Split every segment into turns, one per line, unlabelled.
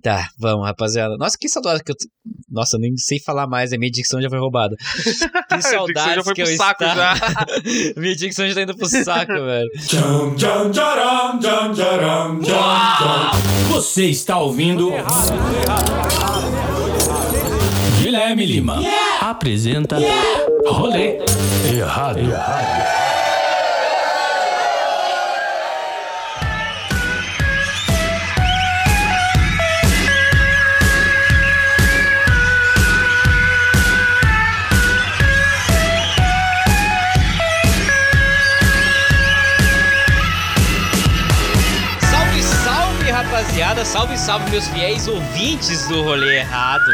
Tá, vamos, rapaziada. Nossa, que saudade que eu. Nossa, eu nem sei falar mais, né? minha dicção já foi roubada. Que saudade
já foi
que
pro
eu
saco
estava-
já.
minha dicção já tá indo pro saco, velho.
Tcham, tcham, tcharam, tcham, tcharam, tcham, tcham. Você está ouvindo. Guilherme Lima apresenta Rolê Errado.
Salve, salve, rapaziada. Salve, salve, meus fiéis ouvintes do Rolê Errado.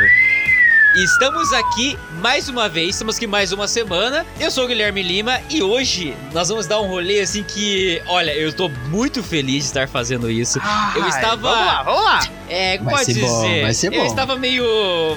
Estamos aqui mais uma vez, estamos aqui mais uma semana. Eu sou o Guilherme Lima e hoje nós vamos dar um rolê assim que, olha, eu tô muito feliz de estar fazendo isso. Eu
Ai,
estava-
Vamos lá, vamos lá.
É, como
Vai
pode
ser bom,
dizer,
vai ser
eu
bom.
estava meio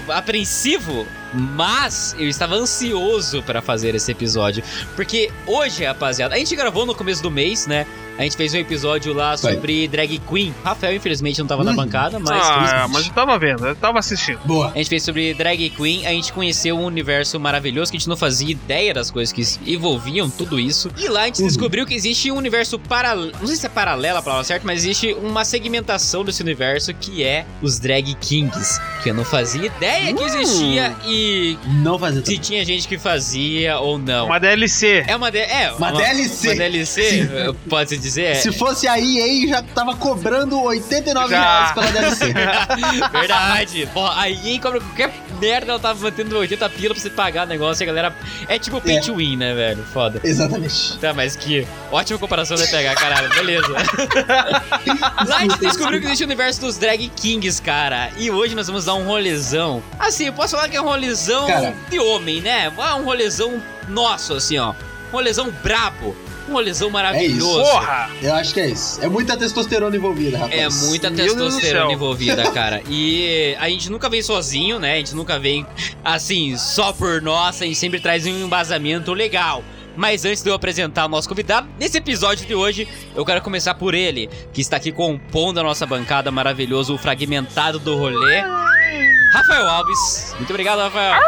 apreensivo, mas eu estava ansioso para fazer esse episódio, porque hoje, rapaziada, a gente gravou no começo do mês, né? A gente fez um episódio lá
Foi.
sobre drag queen. Rafael, infelizmente, não tava na
Hum.
bancada, mas
ah, mas eu tava vendo, eu tava assistindo.
Boa.
a gente fez sobre drag queen, a gente conheceu um universo maravilhoso que a gente não fazia ideia das coisas que envolviam tudo isso. E lá a gente
Uhum.
descobriu que existe um universo paralelo. Não sei se é paralela a palavra certa, mas existe uma segmentação desse universo que é os drag kings. Que eu não fazia ideia que existia e
Não fazer
se tinha gente que fazia ou não.
Uma DLC.
É uma, de... é,
Uma DLC.
Uma DLC, pode se dizer. é.
Se fosse a EA, já tava cobrando 89
Já.
reais pela DLC.
Verdade. Pô, aí cobra qualquer merda, ela tava mantendo 80 pila pra você pagar o negócio e a galera. É tipo pay
É.
to win, né, velho? Foda.
Exatamente.
Tá, mas que ótima comparação vai pegar, caralho. Beleza. Lá a gente descobriu que existe o universo dos drag kings, cara. E hoje nós vamos dar um rolezão. Assim, eu posso falar que é um rolezão
Cara.
de homem, né? Ah, Um rolezão nosso, assim, ó. Um rolezão brabo. Um rolezão maravilhoso.
Porra!
Eu acho que é isso. É muita testosterona envolvida, rapaz.
É muita
Meu Deus do
testosterona
céu.
envolvida, cara. E a gente nunca vem sozinho, né? A gente nunca vem assim, só por nós. A gente sempre traz um embasamento legal. Mas antes de eu apresentar o nosso convidado, nesse episódio de hoje, eu quero começar por ele, que está aqui compondo a nossa bancada maravilhoso, o fragmentado do rolê. Rafael Alves. Muito obrigado, Rafael.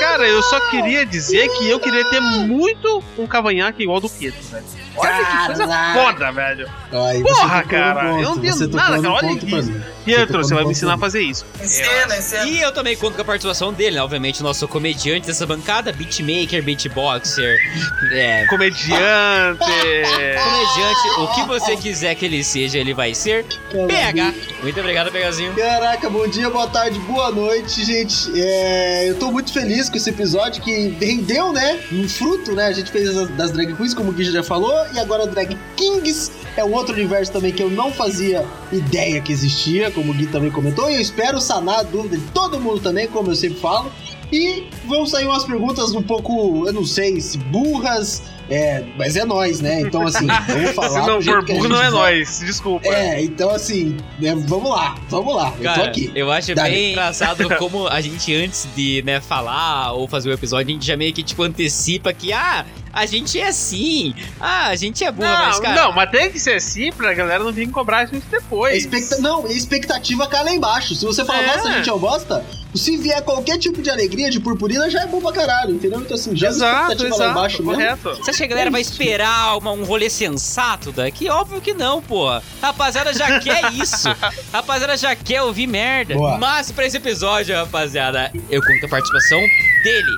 Cara, eu só queria dizer que eu queria ter muito um cavanhaque igual do Pietro, velho. Olha que coisa
Caraca.
foda, velho.
Ai, você
Porra,
tocou no
cara,
ponto,
eu não tenho
você tocou
nada,
no
cara, olha
ponto
que-
pra mim.
Pietro,
tocou
você
no
vai me
ponto
ensinar a
pra mim.
fazer isso. É,
Encena, encena.
E eu também conto com a participação dele, né? Obviamente, o nosso comediante dessa bancada, beatmaker, beatboxer, é,
Comediante.
comediante, o que você quiser que ele seja, ele vai ser. PH. Muito obrigado, PHzinho.
Caraca, bom dia, boa tarde, boa noite, gente. É, eu tô muito feliz com esse episódio que rendeu, né? Um fruto, né? A gente fez as- das drag queens, como o Gui já falou, e agora drag kings é um outro universo também que eu não fazia ideia que existia, como o Gui também comentou, e eu espero sanar a dúvida de todo mundo também, como eu sempre falo. E vão sair umas perguntas um pouco, eu não sei, se burras, é, mas é nós, né? Então, assim, eu vou
Se
falar.
não
do jeito
for
que a
burro,
gente
não é
vai.
nóis. Desculpa.
É, então assim, né, vamos lá, vamos lá, eu tô
Cara,
aqui.
eu acho
Dale.
bem engraçado como a gente, antes de né, falar ou fazer o episódio, a gente já meio que tipo antecipa que, ah, a gente é assim, ah, a gente é boa,
não,
mas cara.
não, mas tem que ser assim pra galera não vir cobrar a gente
É
depois.
expecta- Não, é expectativa cai lá embaixo. Se você falar,
É.
nossa, a gente é um bosta, se vier qualquer tipo de alegria, de purpurina, já é bom pra caralho, entendeu? Então assim, já é
Exato,
expectativa lá
exato,
embaixo mesmo.
correto.
Você acha que a galera vai esperar uma- um rolê sensato daqui? Óbvio que não, pô. Rapaziada já quer isso. Rapaziada já quer ouvir merda.
Boa.
Mas pra esse episódio, rapaziada, eu conto a participação dele,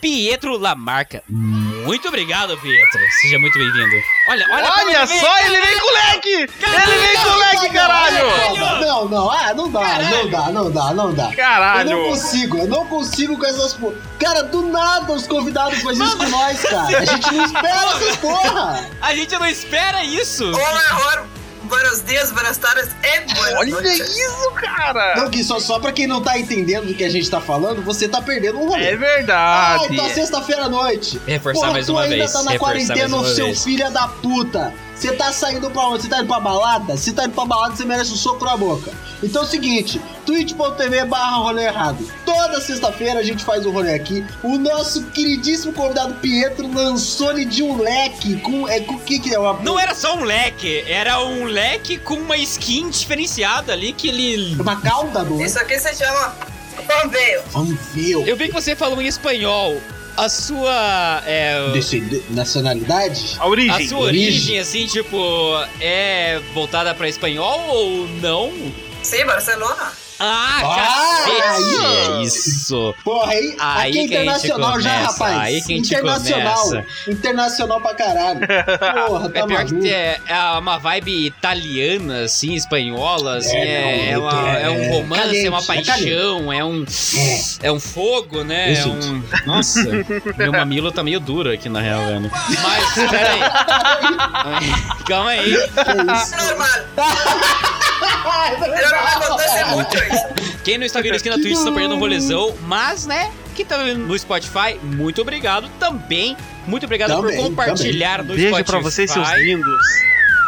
Pietro Lamarca. Muito obrigado, Pietro. Seja muito bem-vindo. Olha, olha,
Olha,
como ele vem.
só, ele vem com leque! Ele vem com leque, caralho!
é, Não, não, ah, não dá,
Caralho!
não dá, não dá, não dá. Eu não
Caralho!
consigo, eu não consigo com essas porra. Cara, do nada os convidados fazem isso com nós, cara. A gente não espera essas porra.
A gente não espera isso.
Olá, hora. Buenos dias, buenas tardes e buenas
Olha
noches.
isso, cara!
Não, Gui, só, só pra quem não tá entendendo do que a gente tá falando, você tá perdendo um rolê.
É
Ah,
verdade.
então sexta-feira à noite.
Reforçar
Porra,
mais
tu
uma
ainda
vez.
tá na
Reforçar mais
quarentena,
uma
ô seu
vez.
filho da puta. Você tá saindo pra onde? Você tá indo pra balada? Se tá indo pra balada, você merece um soco na boca. Então é o seguinte, twitch.tv barra rolê errado. Toda sexta-feira a gente faz o rolê aqui. O nosso queridíssimo convidado Pietro lançou ele de um leque com... É, com o que que é? Uma,
Não era só um leque, era um leque com uma skin diferenciada ali que ele.
uma cauda, não é?
Isso aqui se chama bombeio.
Vamos ver. o-
Eu vi que você falou em espanhol. A sua. É,
Descende- Nacionalidade?
A origem.
a sua origem, assim, tipo, é voltada pra espanhol ou não?
Sim, Barcelona.
Ah,
Ah,
cacete!
aí-
É isso!
Porra, aí,
Aí
aqui é
que a gente
internacional já,
começa,
rapaz.
aí que a gente
internacional. Internacional pra caralho. Porra, tá
É pior
maluco.
que é, é uma vibe italiana, assim, espanhola, assim,
É,
é,
não,
é uma-
é-
é um romance,
caliente,
é uma
é
paixão, é, um. É um fogo, né? É
Isso.
um. Nossa, meu mamilo tá meio duro aqui na real, velho. Mas, peraí. Calma aí.
Que
É normal.
isso?
Melhor não acontecer muito isso.
Quem não está vindo aqui na Twitch está perdendo um rolezão, mas né, quem tá vendo no Spotify, muito obrigado também. Muito obrigado
Também,
por compartilhar no
Beijo
Spotify.
pra vocês, seus lindos.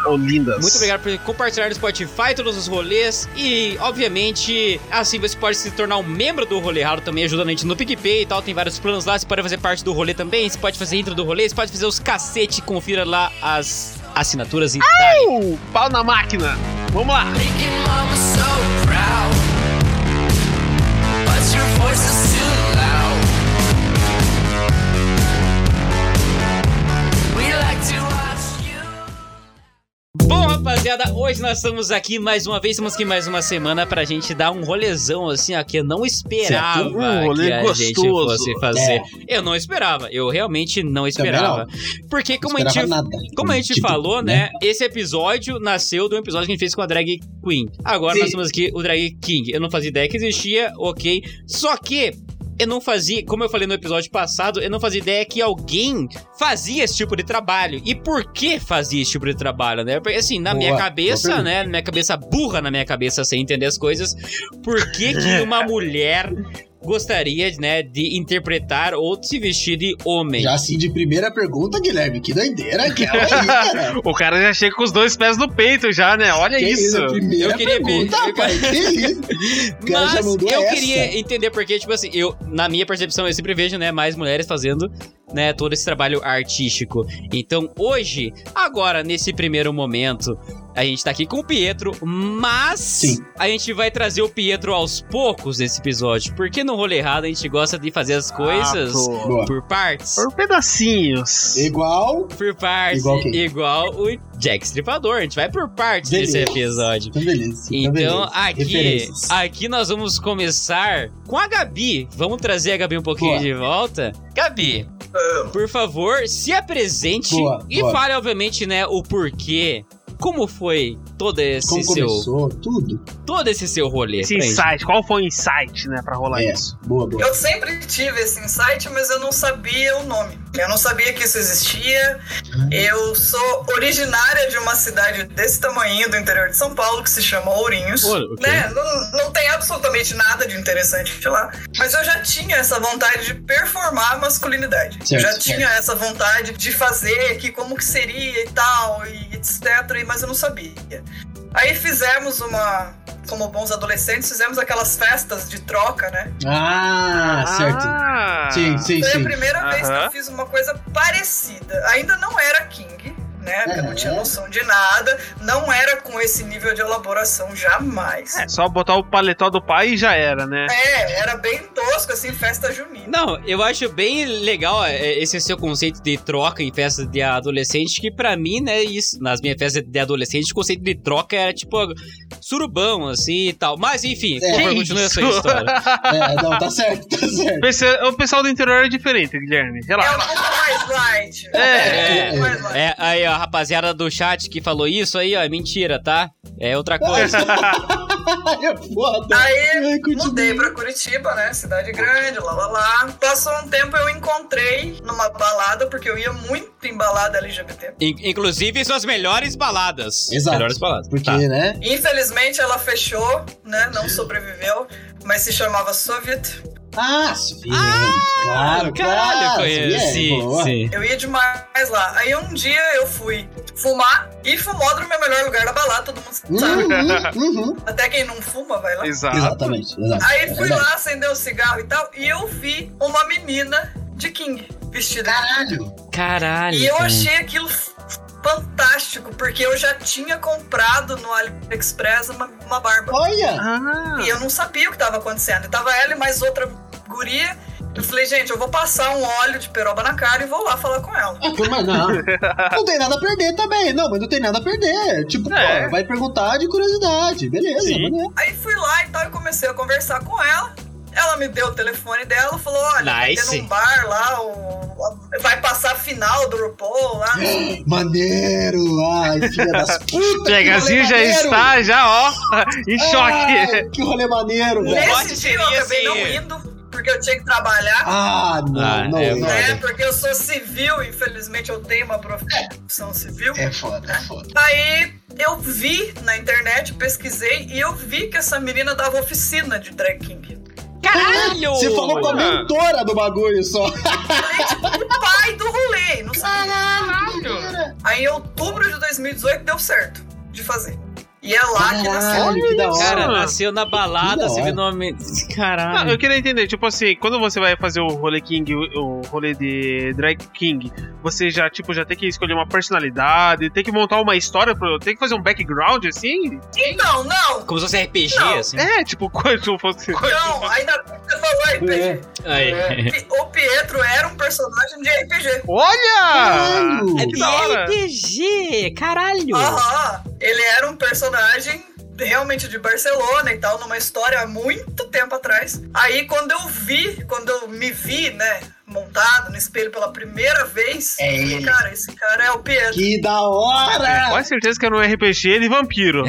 Ou lindas.
Muito obrigado por compartilhar no Spotify todos os rolês e, obviamente, assim você pode se tornar um membro do Rolê Raro também, ajudando a gente no PicPay e tal. Tem vários planos lá, você pode fazer parte do rolê também, você pode fazer intro do rolê, você pode fazer os cacete, confira lá as assinaturas e dá-lhe.
Uh, pau na máquina. Vamos lá.
Bom, rapaziada, hoje nós estamos aqui mais uma vez, estamos aqui mais uma semana pra gente dar um rolezão assim, ó, que eu não esperava
Certo. Um rolê
que a gente
gostoso. É.
fosse fazer. Eu não esperava, eu realmente não esperava. Porque como a gente
nada.
Como a gente
Tipo,
falou, né? Esse episódio nasceu do episódio que a gente fez com a Drag Queen. Agora
Sim.
nós temos aqui o Drag King. Eu não fazia ideia que existia, ok. Só que. Eu não fazia, como eu falei no episódio passado, eu não fazia ideia que alguém fazia esse tipo de trabalho. E por que fazia esse tipo de trabalho, né? Porque assim, na
Boa,
minha
boa
cabeça,
pergunta.
né? Na minha cabeça burra, na minha cabeça sem entender as coisas, por que, que uma mulher gostaria, né, de interpretar ou de se vestir de homem?
Já assim, de primeira pergunta, Guilherme, que doideira que é aí, cara.
O cara já chega com os dois pés no peito já, né? Olha
Que
isso.
Primeira
É Eu queria
pergunta,
pedir-
rapaz, que isso? O cara já
Mas
mandou
eu
essa.
queria entender porque, tipo assim, eu, na minha percepção, eu sempre vejo, né, mais mulheres fazendo, né, todo esse trabalho artístico. Então, hoje, agora, nesse primeiro momento, a gente tá aqui com o Pietro, mas
Sim.
a gente vai trazer o Pietro aos poucos nesse episódio. Porque no rolê errado a gente gosta de fazer as coisas
Ah,
Boa.
por partes.
Por pedacinhos.
Igual.
Por partes,
Igual quem?
igual o Jack Stripador. A gente vai por partes nesse
Beleza.
episódio.
Então, beleza.
Então,
beleza.
aqui, ah,
Referências.
aqui nós vamos começar com a Gabi. Vamos trazer a Gabi um pouquinho
Boa.
de volta. Gabi, por favor, se apresente
Boa,
e
boa.
fale, obviamente, né, o porquê. Como foi todo esse
Como
seu
começou, tudo.
todo esse seu rolê?
Esse
pra gente?
insight. Qual foi o insight, né, pra rolar
É.
isso?
Boa, boa.
Eu sempre tive esse insight, mas eu não sabia o nome. Eu não sabia que isso existia. Eu sou originária de uma cidade desse tamanho do interior de São Paulo que se chama Ourinhos.
Olha, ok.
Né? Não, não tem absolutamente nada de interessante lá. Mas eu já tinha essa vontade de performar a masculinidade. Eu
Certo,
já
certo.
tinha essa vontade de fazer, que como que seria e tal, e etc. e- Mas eu não sabia. Aí fizemos uma. Como bons adolescentes, fizemos aquelas festas de troca, né?
Ah, certo.
Ah.
Sim, sim,
Foi a
sim.
primeira vez que
Aham.
eu fiz uma coisa parecida. Ainda não era King, né? Porque eu não tinha
Aham.
noção de nada. Não era com esse nível de elaboração jamais.
É, só botar o paletó do pai e já era, né?
É, era bem tosco, assim, festa junina.
Não, eu acho bem legal é, esse seu conceito de troca em festa de adolescente, que pra mim, né, isso, nas minhas festas de adolescente, o conceito de troca era tipo surubão, assim e tal. Mas enfim, por favor,
Que
continua essa
isso?
história.
É, não, tá certo, tá certo.
Pense- O pessoal do interior é diferente, Guilherme.
É um
Relaxa.
pouco mais
É.
light. um pouco mais light.
É, aí, ó, a rapaziada do chat que falou isso aí, ó, é mentira, tá? É outra coisa.
Ai, é foda.
Aí
Ai, continua.
mudei pra Curitiba, né? Cidade grande, lá lá lá. Passou um tempo eu encontrei numa balada, porque eu ia muito em balada LGBT.
In- inclusive, são as melhores baladas.
É. Exato.
Melhores baladas.
Porque,
Tá.
né?
Infelizmente ela fechou, né? Não sobreviveu, mas se chamava Soviet.
Ah, Sofia. claro,
Ah, Caralho,
claro.
conheci.
Sofia, é, boa.
sim.
Eu ia demais lá. Aí um dia eu fui Fumar e fumódromo é o melhor lugar da balada, todo mundo
Uh!
sabe.
Uhum, uhum, uhum.
Até quem não fuma vai lá.
Exato.
Exatamente, exato. É
Aí fui
verdade.
lá, acender o cigarro e tal, e eu vi uma menina de King vestida.
Caralho!
Caralho.
E eu
cara.
achei aquilo f- fantástico, porque eu já tinha comprado no AliExpress uma, uma barba.
Olha!
Ah,
E eu não sabia o que estava acontecendo. E tava ela e mais outra guria. Eu falei, gente, eu vou passar um óleo de peroba na cara e vou lá falar com ela.
Ah, que- Mas não. não tem nada a perder também. Não, mas não tem nada a perder. Tipo,
É.
pô, vai perguntar de curiosidade. Beleza,
Sim.
maneiro.
Aí fui lá e tal, e comecei a conversar com ela. Ela me deu o telefone dela, falou: olha, tá
Nice.
tendo um bar lá, o- vai passar a final do RuPaul lá.
Maneiro! Ai, filha das putas!
Pegazinho
que rolê
assim já
maneiro.
está, já, ó, em choque.
Ai, que rolê maneiro, velho!
bote
Nesse dia eu
seria
acabei não
assim-
indo, porque eu tinha que trabalhar.
Ah, não,
Ah,
não
é
é.
foda.
né? Porque eu sou civil, infelizmente eu tenho uma profissão civil.
É foda, é foda.
Aí eu vi na internet, pesquisei e eu vi que essa menina dava oficina de drag king.
Caralho!
Você falou com a mentora do bagulho só.
Falei, tipo, o pai do rolê, não sabia. Aí em outubro de 2018 deu certo de fazer. E é lá que nasceu.
Caralho, que da
Cara,
hora.
nasceu na
Que
balada,
da
você
hora.
viu o nome.
Não, eu
Caralho.
queria entender, tipo assim, quando você vai fazer o rolê King, o o rolê de Drag King, você já, tipo, já tem que escolher uma personalidade, tem que montar uma história, pro- tem que fazer um background, assim?
Então, não!
Como se fosse RPG,
Não,
assim.
É, tipo, quando fosse...
Não, ainda bem que você falou RPG.
Aí.
É.
é
O Pietro era um personagem de RPG.
Olha!
Caralho!
É
que da hora. Ah.
RPG! Caralho!
Aham, ele era um personagem realmente de Barcelona e tal, numa história há muito tempo atrás. Aí quando eu vi, quando eu me vi, né, montado no espelho pela primeira vez,
É
eu falei,
ele.
cara, esse cara é o Pietro.
Que da hora!
Quase certeza que era um RPG de vampiro.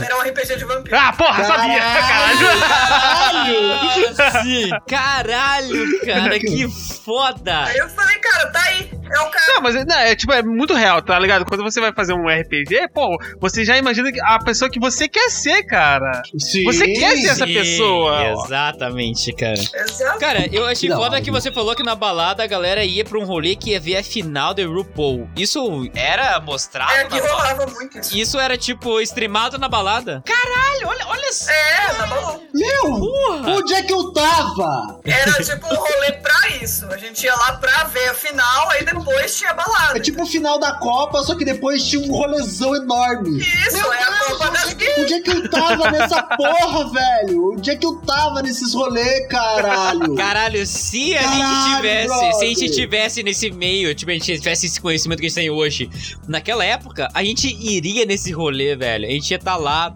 Era um RPG de vampiro.
Ah, porra, sabia! Caralho!
Caralho! Sim. Caralho, cara, que foda!
Aí eu falei, cara, tá aí, é o cara.
Não, mas não, é tipo, é muito real, tá ligado? Quando você vai fazer um RPG, pô, você já imagina que- a pessoa que você quer ser, cara.
Sim.
Você quer ser essa
Sim,
pessoa.
Exatamente, cara.
Exato.
Cara, eu achei
Da
foda
hora.
que você falou que na balada a galera ia pra um rolê que ia ver a final de RuPaul. Isso era mostrado
É que
na
tá
balada?
rolava muito isso.
Isso era tipo streamado na balada? Caralho, olha, olha só!
É, tá bom.
Meu,
Porra!
onde é que eu tava?
Era tipo um rolê pra isso. A gente ia lá pra ver a final, aí depois tinha balada.
É tipo o final da Copa, só que depois tinha um rolezão enorme.
Isso,
Meu
é a
Deus,
Copa das
onde, onde é que eu tava nessa porra, velho? Onde é que eu tava nesses rolê, caralho?
Caralho, se a gente
Caralho,
tivesse,
brother.
se a gente tivesse nesse meio, tipo, a gente tivesse esse conhecimento que a gente tem hoje, naquela época, a gente iria nesse rolê, velho. A gente ia estar lá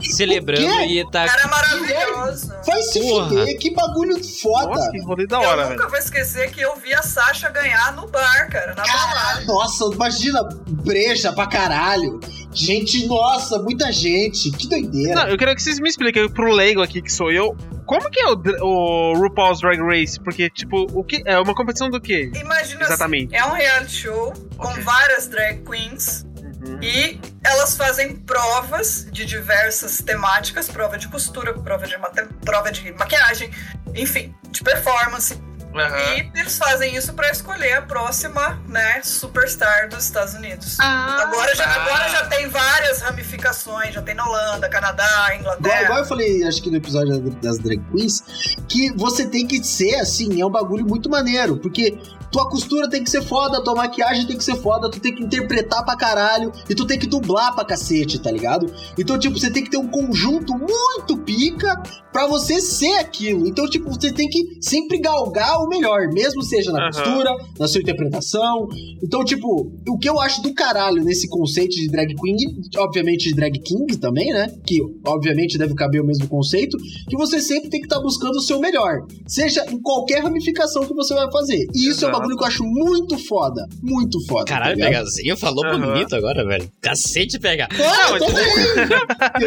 celebrando
quê?
e tá ia estar.
Cara maravilhoso.
Vai se
Porra.
fuder, que bagulho
Nossa,
foda.
que rolê da hora,
eu
velho.
nunca vou esquecer que eu vi a Sasha ganhar no bar, cara, na balada.
Caralho, nossa, imagina, breja pra caralho. Gente, nossa, muita gente, que doideira.
Não, eu quero que vocês me expliquem pro leigo aqui que sou eu. Como que é o, dr- o RuPaul's Drag Race? Porque, tipo, o que é uma competição do quê?
Imagina
Exatamente.
assim, é um reality show com várias drag queens
Uhum.
e elas fazem provas de diversas temáticas, prova de costura, prova de, mate- prova de maquiagem, enfim, de performance.
Aham.
E eles fazem isso pra escolher a próxima, né, superstar dos Estados Unidos. agora, já,
Ah.
agora já tem várias ramificações, já tem na Holanda, Canadá,
Igual,
Inglaterra.
igual eu falei, acho que no episódio da- das drag queens, que você tem que ser assim, é um bagulho muito maneiro, porque tua costura tem que ser foda, tua maquiagem tem que ser foda, tu tem que interpretar pra caralho e tu tem que dublar pra cacete, tá ligado? Então, tipo, você tem que ter um conjunto muito pica pra você ser aquilo. Então, tipo, você tem que sempre galgar o melhor, mesmo seja na
Aham.
costura, na sua interpretação. Então, tipo, o que eu acho do caralho nesse conceito de drag queen, e, obviamente de drag king também, né? Que obviamente deve caber o mesmo conceito, que você sempre tem que estar buscando o seu melhor, seja em qualquer ramificação que você vai fazer. E isso é um
Exato.
bagulho que eu acho muito foda, muito foda. tá
Caralho,
ligado?
pegazinho falou
Aham.
bonito agora, velho. Cacete pegar.
Ah, eu
Não,
tô bem!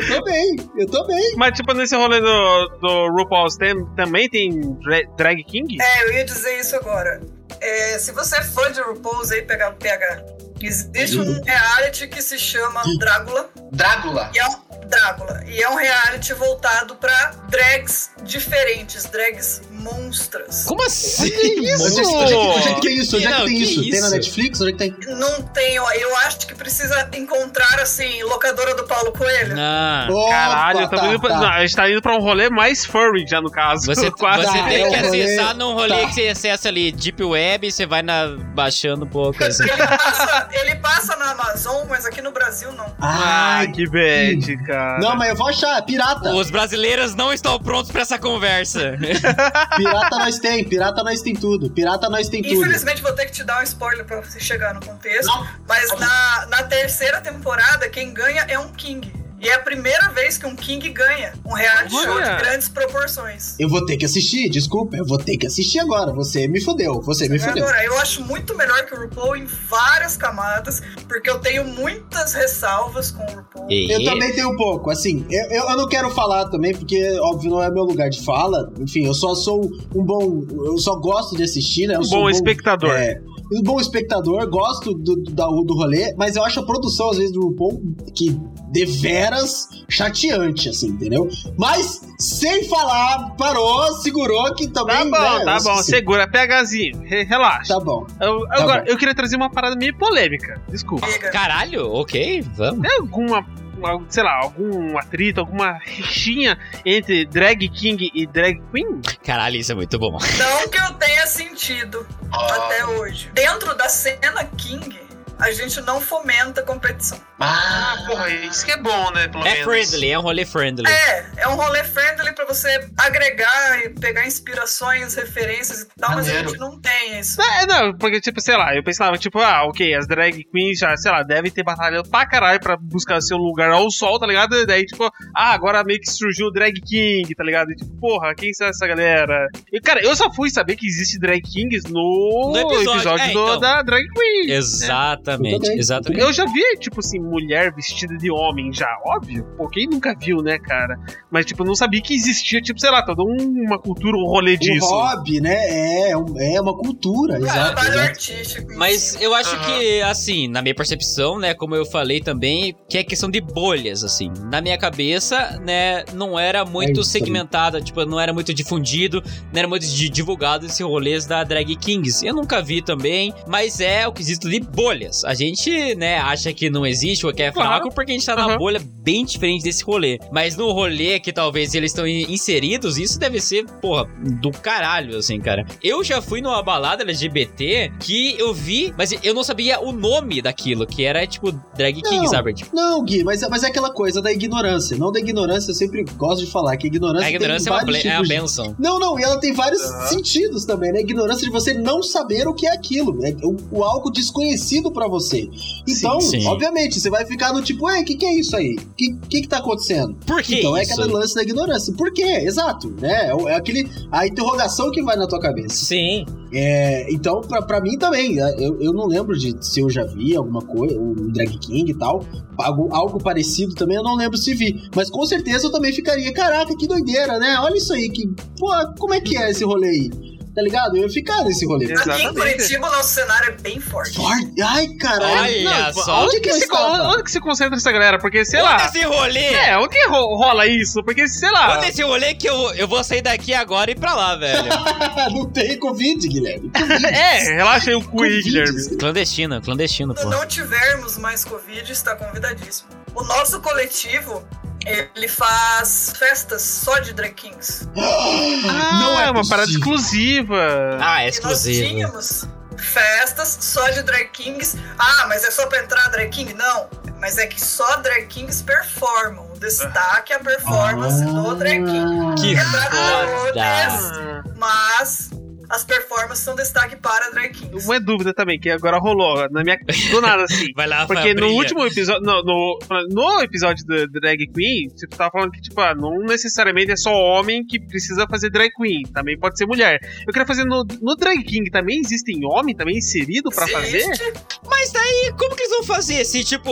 Eu tô bem, eu tô bem.
Mas, tipo, nesse rolê do, do RuPaul's tem, também tem dra- Drag King?
É, eu ia dizer isso agora. É, se você é fã de RuPaul's aí, pegar o PH, Existe um reality que se chama Drácula.
Drácula.
E é um, Drácula. E é um reality voltado pra drags diferentes, drags monstras.
Como assim?
Onde é que- onde é que- onde é que tem isso? Onde é
Não,
que tem
que
isso? Tem na
isso?
Netflix? Onde é que tem?
Não tem, ó, eu acho que precisa encontrar, assim, locadora do Paulo Coelho.
Não.
Caralho,
Opa,
tamo indo pra- não, a gente tá indo pra um rolê mais furry já, no caso.
Você,
Quase.
você
Tá,
tem
é
que
um rolê-
acessar num rolê
tá.
que você acessa ali Deep Web e você vai na, baixando um pouco. Assim.
Ele passa, ele passa na Amazon, mas aqui no Brasil não.
Ah,
Ai,
que bad, cara.
não, mas eu vou achar. é Pirata.
Os brasileiros não estão prontos pra essa conversa.
Pirata nós tem. Pirata nós tem tudo. Pirata nós tem tudo.
Infelizmente vou ter que te dar um spoiler pra você chegar no contexto.
Não.
Mas na, na terceira temporada, quem ganha é um King. E é a primeira vez que um King ganha um reality
Olha.
show de grandes proporções.
Eu vou ter que assistir, desculpa. Eu vou ter que assistir agora. Você me fudeu. Você me fudeu.
É Agora, eu acho muito melhor que o RuPaul em várias camadas, porque eu tenho muitas ressalvas com o RuPaul.
Eu também tenho um pouco, assim, eu, eu, eu não quero falar também, porque, óbvio, não é meu lugar de fala. Enfim, eu só sou um bom. Eu só gosto de assistir, né? Eu
Um
sou
bom espectador.
É, um bom espectador, gosto do, do, da- do rolê, mas eu acho a produção, às vezes, do RuPaul que deveras chateante, assim, entendeu? Mas, sem falar, parou, segurou que também.
Tá bom,
né,
tá bom.
assim,
Segura, PHzinho. Re- relaxa.
Tá bom.
Eu-
Tá
agora,
bom.
eu queria trazer uma parada meio polêmica. Desculpa.
Diga.
Caralho, ok, vamos.
Tem alguma, al- sei lá, algum atrito, alguma rixinha entre drag king e drag queen?
Caralho, isso é muito bom.
Não que eu tenha sentido
Ah.
até hoje. Dentro da cena King, a gente não fomenta competição.
Ah, porra, isso que é bom, né? Pelo
É
menos.
friendly, é um rolê friendly.
É, é um rolê friendly pra você agregar e pegar inspirações, referências e tal, mas a
Maneiro.
gente não tem isso.
Não, é, não, porque, tipo, sei lá, eu pensava, tipo, ah, ok, as drag queens já, sei lá, devem ter batalhado pra caralho pra buscar seu lugar ao sol, tá ligado? E daí, tipo, ah, agora meio que surgiu o drag king, tá ligado? E, tipo, porra, quem são essa galera? E, cara, eu só fui saber que existe drag kings no,
No episódio,
episódio,
é,
do-
então.
da drag queen.
Exatamente,
Tudo bem.
exatamente.
Eu já vi, tipo assim, mulher vestida de homem já, óbvio. Pô, quem nunca viu, né, cara? Mas, tipo, não sabia que existia, tipo, sei lá, toda um- uma cultura, um rolê
Um
disso.
hobby, né? É, um- é uma cultura, exato. né?
Trabalho
é
exato.
artístico. em
Mas
cima.
eu acho
Aham.
que, assim, na minha percepção, né, como eu falei também, que é questão de bolhas, assim. Na minha cabeça, né, não era muito
É isso aí.
segmentada, tipo, não era muito difundido, não né, era muito di- divulgado esse rolês da Drag Kings. Eu nunca vi também, mas é o quesito de bolhas. A gente, né, acha que não existe ou que é
Claro.
fraco porque a gente tá numa
Aham.
bolha bem diferente desse rolê. Mas no rolê que talvez eles estão in- inseridos, isso deve ser, porra, do caralho, assim, cara. Eu já fui numa balada LGBT que eu vi, mas eu não sabia o nome daquilo, que era tipo drag king,
Não.
sabe? Tipo,
Não, Gui, mas, mas é aquela coisa da ignorância. Não da ignorância, eu sempre gosto de falar que a ignorância,
a ignorância é
tem
uma,
vários
ble- é uma
tipos de-
benção.
Não, não, e ela tem vários
Aham.
sentidos também, né? A ignorância de você não saber o que é aquilo, é o, o algo desconhecido pra você. Então,
sim.
obviamente, você vai ficar no tipo, ué, o que, que é isso aí? O que, que, que tá acontecendo?
Por que
então é
isso?
aquele lance da ignorância. Por quê? Exato, né? É, o- é aquele, a interrogação que vai na tua cabeça.
Sim.
É, então, pra, pra mim também, né? eu, eu não lembro de se eu já vi alguma coisa, um drag king e tal, algo, algo parecido também, eu não lembro se vi. Mas com certeza eu também ficaria, caraca, que doideira, né? Olha isso aí, que. Pô, como é que é esse rolê aí? Tá ligado? Eu ia ficar nesse rolê.
Aqui em
Exatamente.
Curitiba, o nosso cenário é bem forte.
Forte. Ai, caralho.
Olha
Não, tipo,
só.
Onde
Onde
que
que,
eu
se,
estava?
onde que se concentra essa galera? Porque, sei
Olha
lá.
esse rolê!
É, onde que ro- rola isso? Porque, sei lá.
Olha esse rolê é que eu, eu vou sair daqui agora e ir pra lá, velho.
Ah, não tem Covid, Guilherme.
É, relaxa aí o cu aí,
Covid.
Guilherme.
clandestino, clandestino,
Quando
pô.
não tivermos mais Covid, está convidadíssimo. O nosso coletivo, ele faz festas só de drag kings.
Ah,
não é
uma parada
possível.
exclusiva.
Ah, é
E nós
exclusivo.
tínhamos festas só de drag kings. Ah, mas é só pra entrar drag king? Não. Mas é que só drag kings performam. O destaque é a performance do drag king.
Que
É pra
foda!
todas,
Ah.
mas as performances são destaque para drag kings.
Uma dúvida também, que agora rolou. Na minha. Do nada assim.
Vai lá,
Porque no
Fabrinha.
último episódio. No, no, no episódio da Drag Queen, você tava falando que, tipo, ah, não necessariamente é só homem que precisa fazer drag queen. Também pode ser mulher. Eu queria fazer no, no Drag King também existem homem também inserido é pra fazer?
Existe.
Mas daí, como que eles vão fazer se, tipo.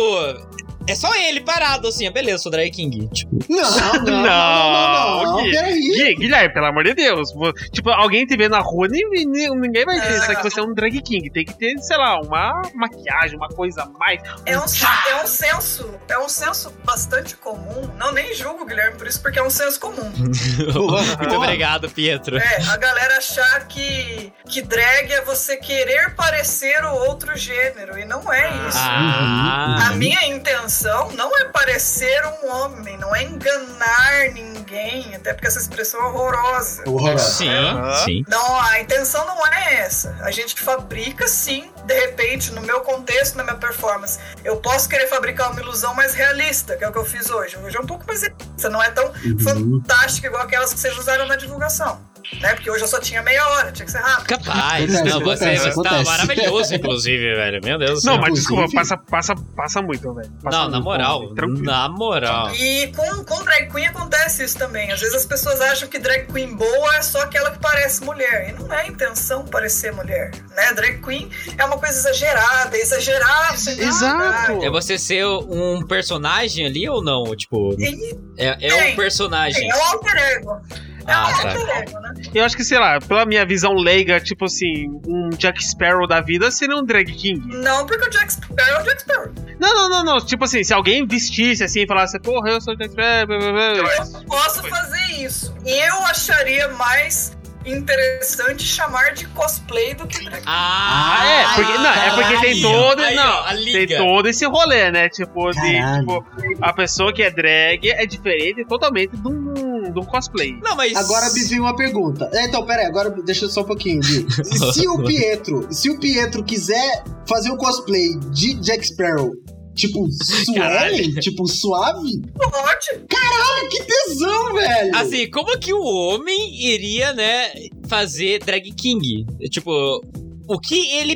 É só ele parado assim, ah, beleza, sou Drag King. Tipo,
Não, não, não, não, não, não,
Não,
não,
Gui.
Peraí,
Gui, Guilherme, Guilherme, pelo amor de Deus. vo- Tipo, alguém te vê na rua, nem, nem- ninguém vai
É.
pensar que você é um drag king. Tem que ter, sei lá, uma maquiagem, uma coisa a mais.
É um, é um senso, é um senso bastante comum. Não nem julgo o Guilherme por isso, porque é um senso comum.
Tipo, Muito obrigado, Pietro.
É, a galera achar que, que drag é você querer parecer o outro gênero. E não é isso.
Ah,
A minha intenção não é parecer um homem, não é enganar ninguém, até porque essa expressão é horrorosa.
Horrorosa.
Uhum. sim, sim.
Não, a intenção não é essa. A gente fabrica, sim, de repente, no meu contexto, na minha performance. Eu posso querer fabricar uma ilusão mais realista, que é o que eu fiz hoje. Hoje é um pouco mais realista, não é tão fantástica igual aquelas que vocês usaram na divulgação. Né? Porque hoje eu só tinha meia hora, tinha que ser rápido.
Capaz.
Acontece,
não, você,
acontece,
você tava
acontece.
maravilhoso, inclusive, velho. Meu Deus do
Não,
céu.
mas desculpa,
Inclusive-
passa, passa, passa muito, velho. Passa
Não, na
muito,
moral.
velho. Tranquilo.
Na moral.
E com, com drag queen acontece isso também. Às vezes as pessoas acham que drag queen boa é só aquela que parece mulher. E não é a intenção parecer mulher, né? Drag queen é uma coisa exagerada, exagerada.
Exato.
É você ser um personagem ali ou não? Tipo,
E,
é, é um
Tem,
personagem.
é um alter ego. É um
Ah, tá.
alter ego, né?
Eu acho que, sei lá, pela minha visão leiga, tipo assim, um Jack Sparrow da vida seria um drag king.
Não porque o Jack Sparrow é o Jack Sparrow.
Não, não, não, não. Tipo assim, se alguém vestisse assim e falasse, porra, eu sou Jack Sparrow, blá, blá, blá, blá.
Eu posso fazer isso. E eu acharia mais interessante chamar de cosplay do que drag
Ah,
é, porque, não, é porque tem todo,
Aí, ó,
não,
a
tem
liga.
todo esse rolê, né? Tipo, de,
Caralho.
tipo, a pessoa que é drag é diferente totalmente de um, de um cosplay.
Não, mas.
Agora me vem uma pergunta. É, Então, pera aí, agora deixa só um pouquinho, Gui. Se o Pietro, se o Pietro quiser fazer um cosplay de Jack Sparrow, tipo, suave?
Caralho.
Tipo, suave?
Pode.
Cara, que tesão, velho!
Assim, como que o homem iria, né, fazer drag king? Tipo, o que ele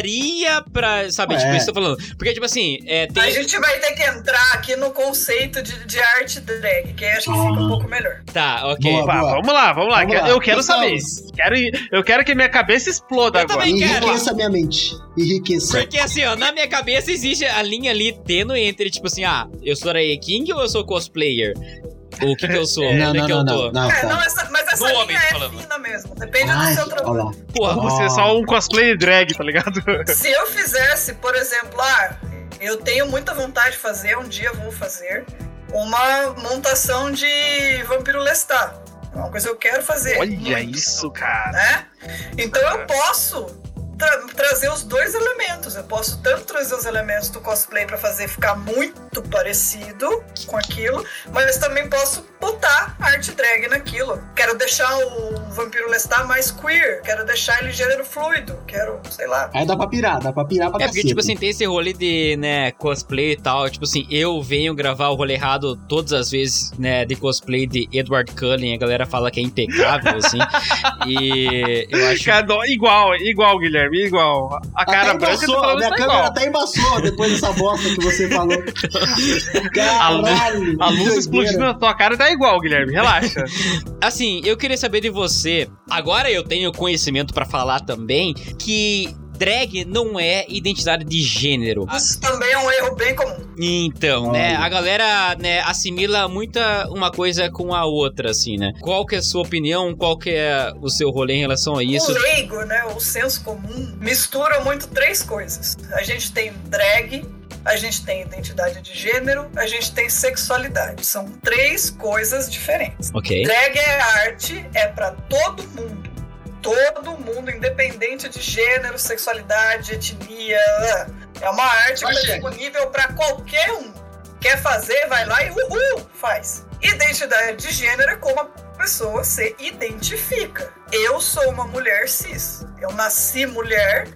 precisaria pra. Sabe,
Ué.
tipo, isso que eu tô falando. Porque, tipo assim, é,
A
tem.
gente vai ter que entrar aqui no conceito de, de arte drag, que aí acho que fica
Ah.
um pouco melhor.
Tá, ok.
Boa,
Pá,
boa.
vamos lá, vamos lá.
Vamos
que-
lá, Então,
eu quero saber.
pensamos.
Quero, eu quero que minha cabeça exploda
Eu
agora.
também.
Enriqueça minha mente. Enriqueça.
Porque assim, ó, na minha cabeça existe a linha ali tênue entre, tipo assim, ah, eu sou drag king ou eu sou cosplayer? O que que eu sou?
não,
Onde é
não,
que eu
não,
tô?
não, não,
É, não,
tá.
essa, mas essa
Do homem,
linha é
falando.
fina mesmo. Depende
Ai,
do seu trabalho.
olha lá.
Porra,
Você é
Ah.
só um cosplay drag, tá ligado?
Se eu fizesse, por exemplo, ah, eu tenho muita vontade de fazer, um dia vou fazer, uma montação de Vampiro Lestat. É uma coisa que eu quero fazer.
Olha
muito,
isso, cara.
Né? Então eu posso tra- trazer os dois elementos. Eu posso tanto trazer os elementos do cosplay pra fazer ficar muito parecido com aquilo, mas também posso botar arte drag naquilo. Quero deixar o Vampiro Lestat mais queer, quero deixar ele gênero fluido, quero, sei lá.
Aí dá pra pirar, dá pra pirar pra
É porque,
cacete.
tipo assim, tem esse rolê de, né, cosplay e tal. Tipo assim, eu venho gravar o rolê errado todas as vezes, né, de cosplay de Edward Cullen. A galera fala que é impecável, assim. E eu acho.
Cada- um igual, igual, Guilherme, igual. A cara
até
branca tá
embaçou,
falando
minha
tá
câmera
igual.
até embaçou depois dessa bosta que você falou. Caralho!
A luz
que
explodindo
doideira.
na tua cara tá igual, Guilherme, relaxa.
Assim, eu queria saber de você. Agora eu tenho conhecimento pra falar também que. Drag não é identidade de gênero.
Isso também é um erro bem comum.
Então, né? A galera, né, assimila muita uma coisa com a outra, assim, né? Qual que é a sua opinião? Qual que é o seu rolê em relação a isso?
O leigo, né, o senso comum, mistura muito três coisas. A gente tem drag, a gente tem identidade de gênero, a gente tem sexualidade. São três coisas diferentes.
Ok.
Drag é arte, é pra todo mundo. Todo mundo, independente de gênero, sexualidade, etnia. É uma arte que é disponível pra qualquer um. Quer fazer, vai lá e uhul, faz. Identidade de gênero é como a pessoa se identifica. Eu sou uma mulher cis. Eu nasci mulher.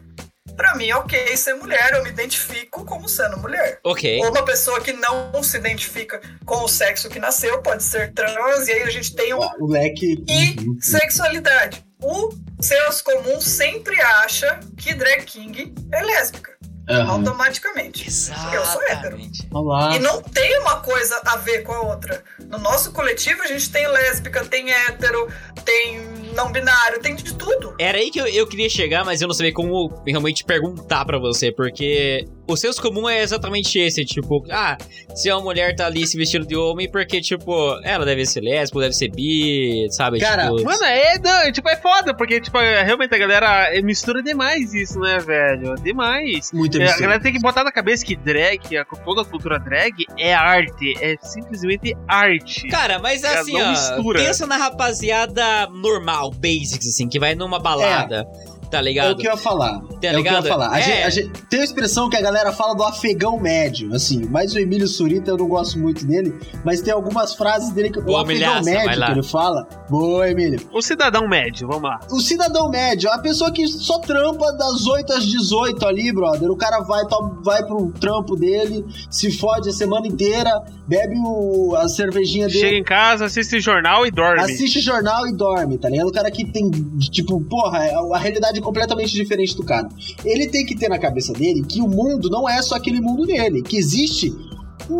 Pra mim, é ok ser mulher. Eu me identifico como sendo mulher.
Ok.
Ou uma pessoa que não se identifica com o sexo que nasceu, pode ser trans, e aí a gente tem um.
O leque.
E
Uhum.
sexualidade. O senso comum sempre acha que drag king é lésbica,
Aham.
automaticamente. Eu sou hétero.
Olá.
E não tem uma coisa a ver com a outra. No nosso coletivo, a gente tem lésbica, tem hétero, tem não binário, tem de tudo.
Era aí que eu, eu queria chegar, mas eu não sabia como realmente perguntar pra você, porque o senso comum é exatamente esse, tipo, ah, se uma mulher tá ali se vestindo de homem, porque, tipo, ela deve ser lésbica, deve ser bi, sabe?
Cara,
tipo,
Mano, é, não, é, tipo, é foda, porque, tipo, é, realmente a galera é, mistura demais isso, né, velho? Demais.
Muito
É, a
absurdo.
galera tem que botar na cabeça que drag, a- toda a cultura drag é arte, é simplesmente arte.
Cara, mas
Cara,
assim,
não
ó,
mistura.
pensa na rapaziada normal, basics, assim, que vai numa balada, tá
É o
ligado?
que eu ia
Tá
falar. é o que eu ia
ligado?
falar. A
É.
gente- a gente- tem uma expressão que a galera fala do afegão médio, assim. Mas o Emílio Surita, eu não gosto muito dele. Mas tem algumas frases dele que o
Boa,
afegão
milhaça, vai
médio
lá.
que ele fala. Boa, Emílio.
O cidadão médio, vamos lá.
O cidadão médio é uma pessoa que só trampa das 8 às 18 ali, brother. O cara vai, to- vai pro trampo dele, se fode a semana inteira, bebe o- a cervejinha dele.
Chega em casa, assiste jornal e dorme.
Assiste jornal e dorme, tá ligado? O cara que tem, tipo, porra, a realidade é completamente diferente do cara. Ele tem que ter na cabeça dele que o mundo não é só aquele mundo dele, que existe um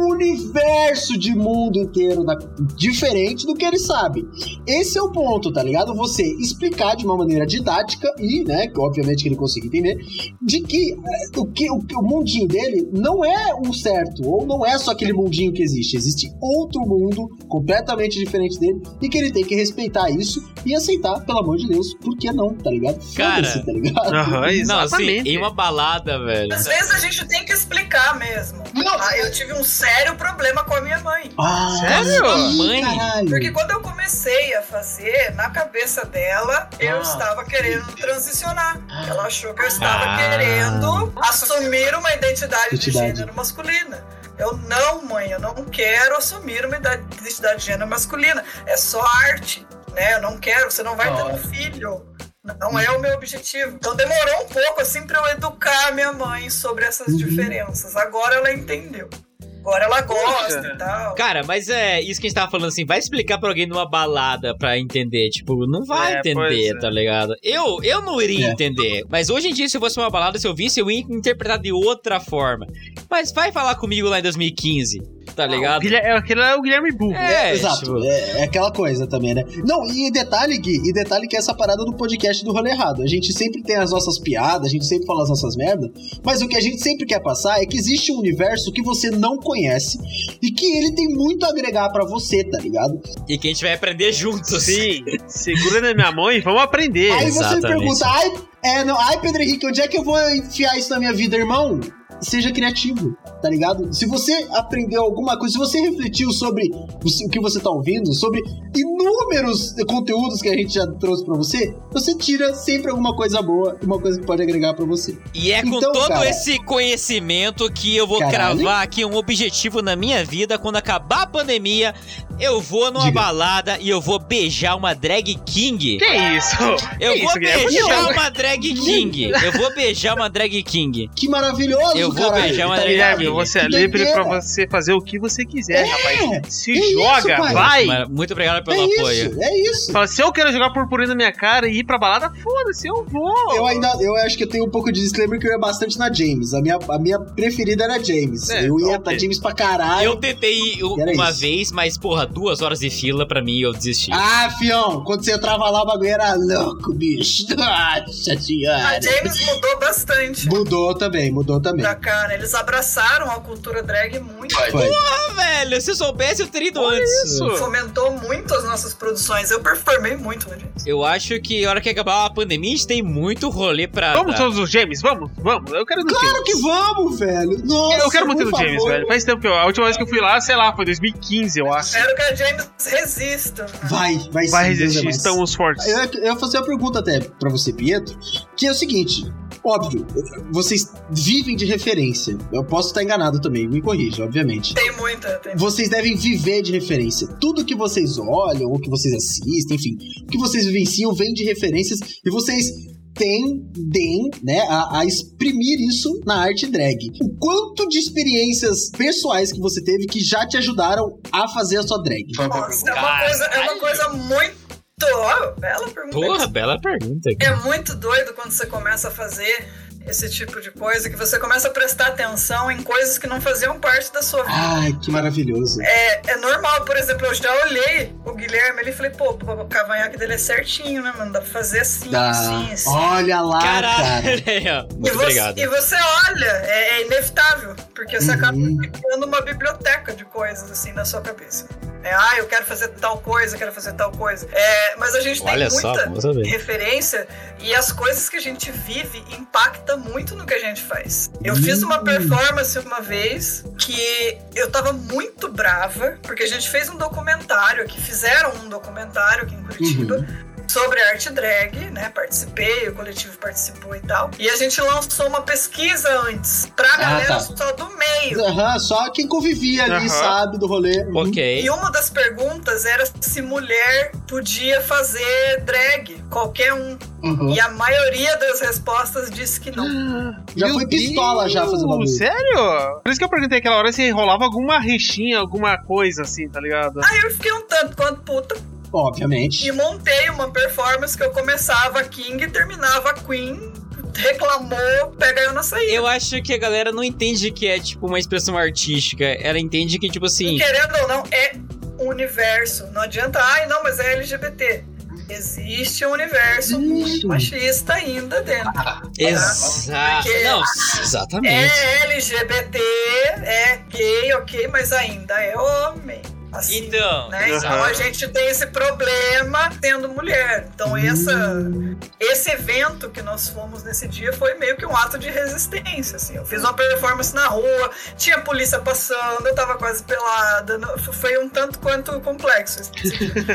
universo de mundo inteiro na- diferente do que ele sabe. Esse é o ponto, tá ligado? Você explicar de uma maneira didática e, né, que obviamente que ele consiga entender, de que eh, o, que, o, que- o mundinho dele não é um certo, ou não é só aquele mundinho que existe. Existe outro mundo completamente diferente dele e que ele tem que respeitar isso e aceitar, pelo amor de Deus, por que não, tá ligado?
Cara,
Foda-se, tá ligado?
Aham,
Não, assim,
exatamente.
em uma balada, velho.
Às vezes a gente tem que explicar mesmo.
Não.
Ah, eu tive um sério problema com a minha mãe.
Ah,
Sério?
ih,
Mãe?
Caralho.
Porque quando eu comecei a fazer, na cabeça dela, eu
Ah.
estava querendo transicionar. Ela achou que eu estava
Ah.
querendo assumir uma identidade,
Identidade.
de gênero masculina. Eu não, mãe, eu não quero assumir uma idade- identidade de gênero masculina. É só arte, né? Eu não quero, você não vai ter um filho. Não é o meu objetivo. Então demorou um pouco assim para eu educar a minha mãe sobre essas
Uhum.
diferenças. Agora ela entendeu. Agora ela gosta
Poxa.
e tal.
Cara, mas é isso que a gente tava falando assim, vai explicar pra alguém numa balada pra entender. Tipo, não vai
É, pois
entender,
é.
tá ligado? Eu, eu não iria
É.
entender. Mas hoje em dia, se eu fosse uma balada, se eu visse, eu ia interpretar de outra forma. Mas vai falar comigo lá em 2015, tá
Ah, O
ligado?
Guilherme, aquele é o Guilherme Burro.
É,
Exato,
tipo,
é, é aquela coisa também, né? Não, e detalhe, Gui, e detalhe que é essa parada do podcast do rolê errado. A gente sempre tem as nossas piadas, a gente sempre fala as nossas merdas, mas o que a gente sempre quer passar é que existe um universo que você não conhece e que ele tem muito a agregar pra você, tá ligado?
E que a gente vai aprender juntos.
Sim, segura na minha mão e vamos aprender.
Aí você me
exatamente.
pergunta, ai, é, não, ai, Pedro Henrique, onde é que eu vou enfiar isso na minha vida, irmão? Seja criativo, tá ligado? Se você aprendeu alguma coisa, se você refletiu sobre o que você tá ouvindo, sobre inúmeros conteúdos que a gente já trouxe pra você, você tira sempre alguma coisa boa, uma coisa que pode agregar pra você.
E é com
Então,
todo
cara-
esse conhecimento que eu vou
Caralho.
cravar aqui um objetivo na minha vida. Quando acabar a pandemia, eu vou numa
Diga.
balada e eu vou beijar uma drag king.
Que
é.
isso?
Eu
que
vou
isso, Guilherme?
beijar
Não.
uma drag king. Eu vou beijar uma drag king.
Que maravilhoso,
Eu vou
caralho.
beijar uma
tá ligado?
Guilherme, você é
Que
livre pra
doideira.
você fazer o que você quiser, rapaz. Se
que isso,
joga,
pai.
vai.
Mas Muito obrigado
É
pelo apoio.
isso, é isso.
Fala, se eu quero jogar purpurina na minha cara e ir pra balada, foda-se, eu vou.
Eu ainda, eu acho que eu tenho um pouco de disclaimer que eu ia bastante na James. A minha, a minha preferida era a James.
É,
eu ia
ok.
pra James pra caralho.
Eu tentei u-
Era
uma
isso.
vez, mas, porra, duas horas de fila pra mim eu desisti.
Ah, fião, quando você entrava lá, o bagulho era louco, bicho. Nossa
A
senhora.
James mudou bastante
Mudou também, mudou também.
pra cá, né? Eles abraçaram a cultura drag muito.
Foi.
Ah, velho, se eu soubesse eu teria ido
Olha
antes.
isso.
Fomentou muito as nossas produções. Eu performei muito né, na James.
Eu acho que a hora que acabar a pandemia, a gente tem muito rolê pra.
Vamos
dar.
todos os James, vamos, vamos. Eu quero ir no
Claro
James.
que vamos, velho. Nossa,
eu quero muito
por
no James,
favor.
velho. Faz tempo que eu, a última vez que eu fui lá, sei lá, foi 2015, eu acho.
Espero que a James resista.
Vai,
Vai
vai sim, Deus né, é
resistir,
mais.
estamos fortes.
Eu, é eu ia fazer uma pergunta até pra você, Pietro, que é o seguinte: óbvio, vocês vivem de referência. Eu posso estar enganado também, me corrija, obviamente.
Tem muita. Tem...
Vocês devem viver de referência. Tudo que vocês olham, ou que vocês assistem, enfim, o que vocês vivenciam vem de referências e vocês tendem né, a, a exprimir isso na arte drag. O quanto de experiências pessoais que você teve que já te ajudaram a fazer a sua drag?
Nossa, é uma, coisa, é uma coisa muito. Ó, bela pergunta.
Porra, bela pergunta.
É muito doido quando você começa a fazer esse tipo de coisa, que você começa a prestar atenção em coisas que não faziam parte da sua vida.
Ai, que maravilhoso.
É, é normal, por exemplo, eu já olhei o Guilherme ali e falei, pô, o cavanhaque dele é certinho, né, mano? Dá pra fazer assim,
Dá.
assim, assim.
Olha lá,
Caralho,
Ah, cara.
aí, ó.
E
Muito
você,
obrigado.
e você olha, é, é inevitável, porque você
Uhum.
acaba criando uma biblioteca de coisas assim na sua cabeça. É, ah, eu quero fazer tal coisa, eu quero fazer tal coisa. É, mas a gente
Olha
tem
só,
muita
vamos saber.
referência e as coisas que a gente vive impactam muito no que a gente faz. Eu fiz
Uhum.
uma performance uma vez que eu tava muito brava, porque a gente fez um documentário aqui, fizeram um documentário aqui em
Uhum.
Curitiba
Uhum.
sobre arte drag, né? Participei, o coletivo participou e tal. E a gente lançou uma pesquisa antes pra galera
tá.
só do meio.
Aham, só quem convivia ali
Aham.
sabe do rolê.
Ok.
E uma das perguntas era se mulher podia fazer drag, qualquer um.
Uhum. Ah.
E a maioria das respostas disse que não.
Já
Meu
foi pistola
Deus,
já fazer bagulho.
Sério? Por isso que eu perguntei aquela hora se rolava alguma rixinha, alguma coisa assim, tá ligado?
Aí eu fiquei um tanto quanto puta
Obviamente.
e montei uma performance que eu começava a King e terminava a Queen, reclamou, pega eu na saída.
Eu acho que a galera não entende que é, tipo, uma expressão artística. Ela entende que, tipo assim.
E querendo ou não, é um universo. Não adianta, ai, não, mas é LGBT. Existe um universo muito
Isso.
machista ainda dentro.
Exato.
Porque-
Não, exatamente.
É LGBT, é gay, ok, mas ainda é homem. Assim,
Então,
né? Então
Aham.
a gente tem esse problema sendo mulher. Então essa, esse evento que nós fomos nesse dia foi meio que um ato de resistência. Assim. Eu fiz uma performance na rua, tinha polícia passando, eu tava quase pelada. não- f- Foi um tanto quanto complexo. assim.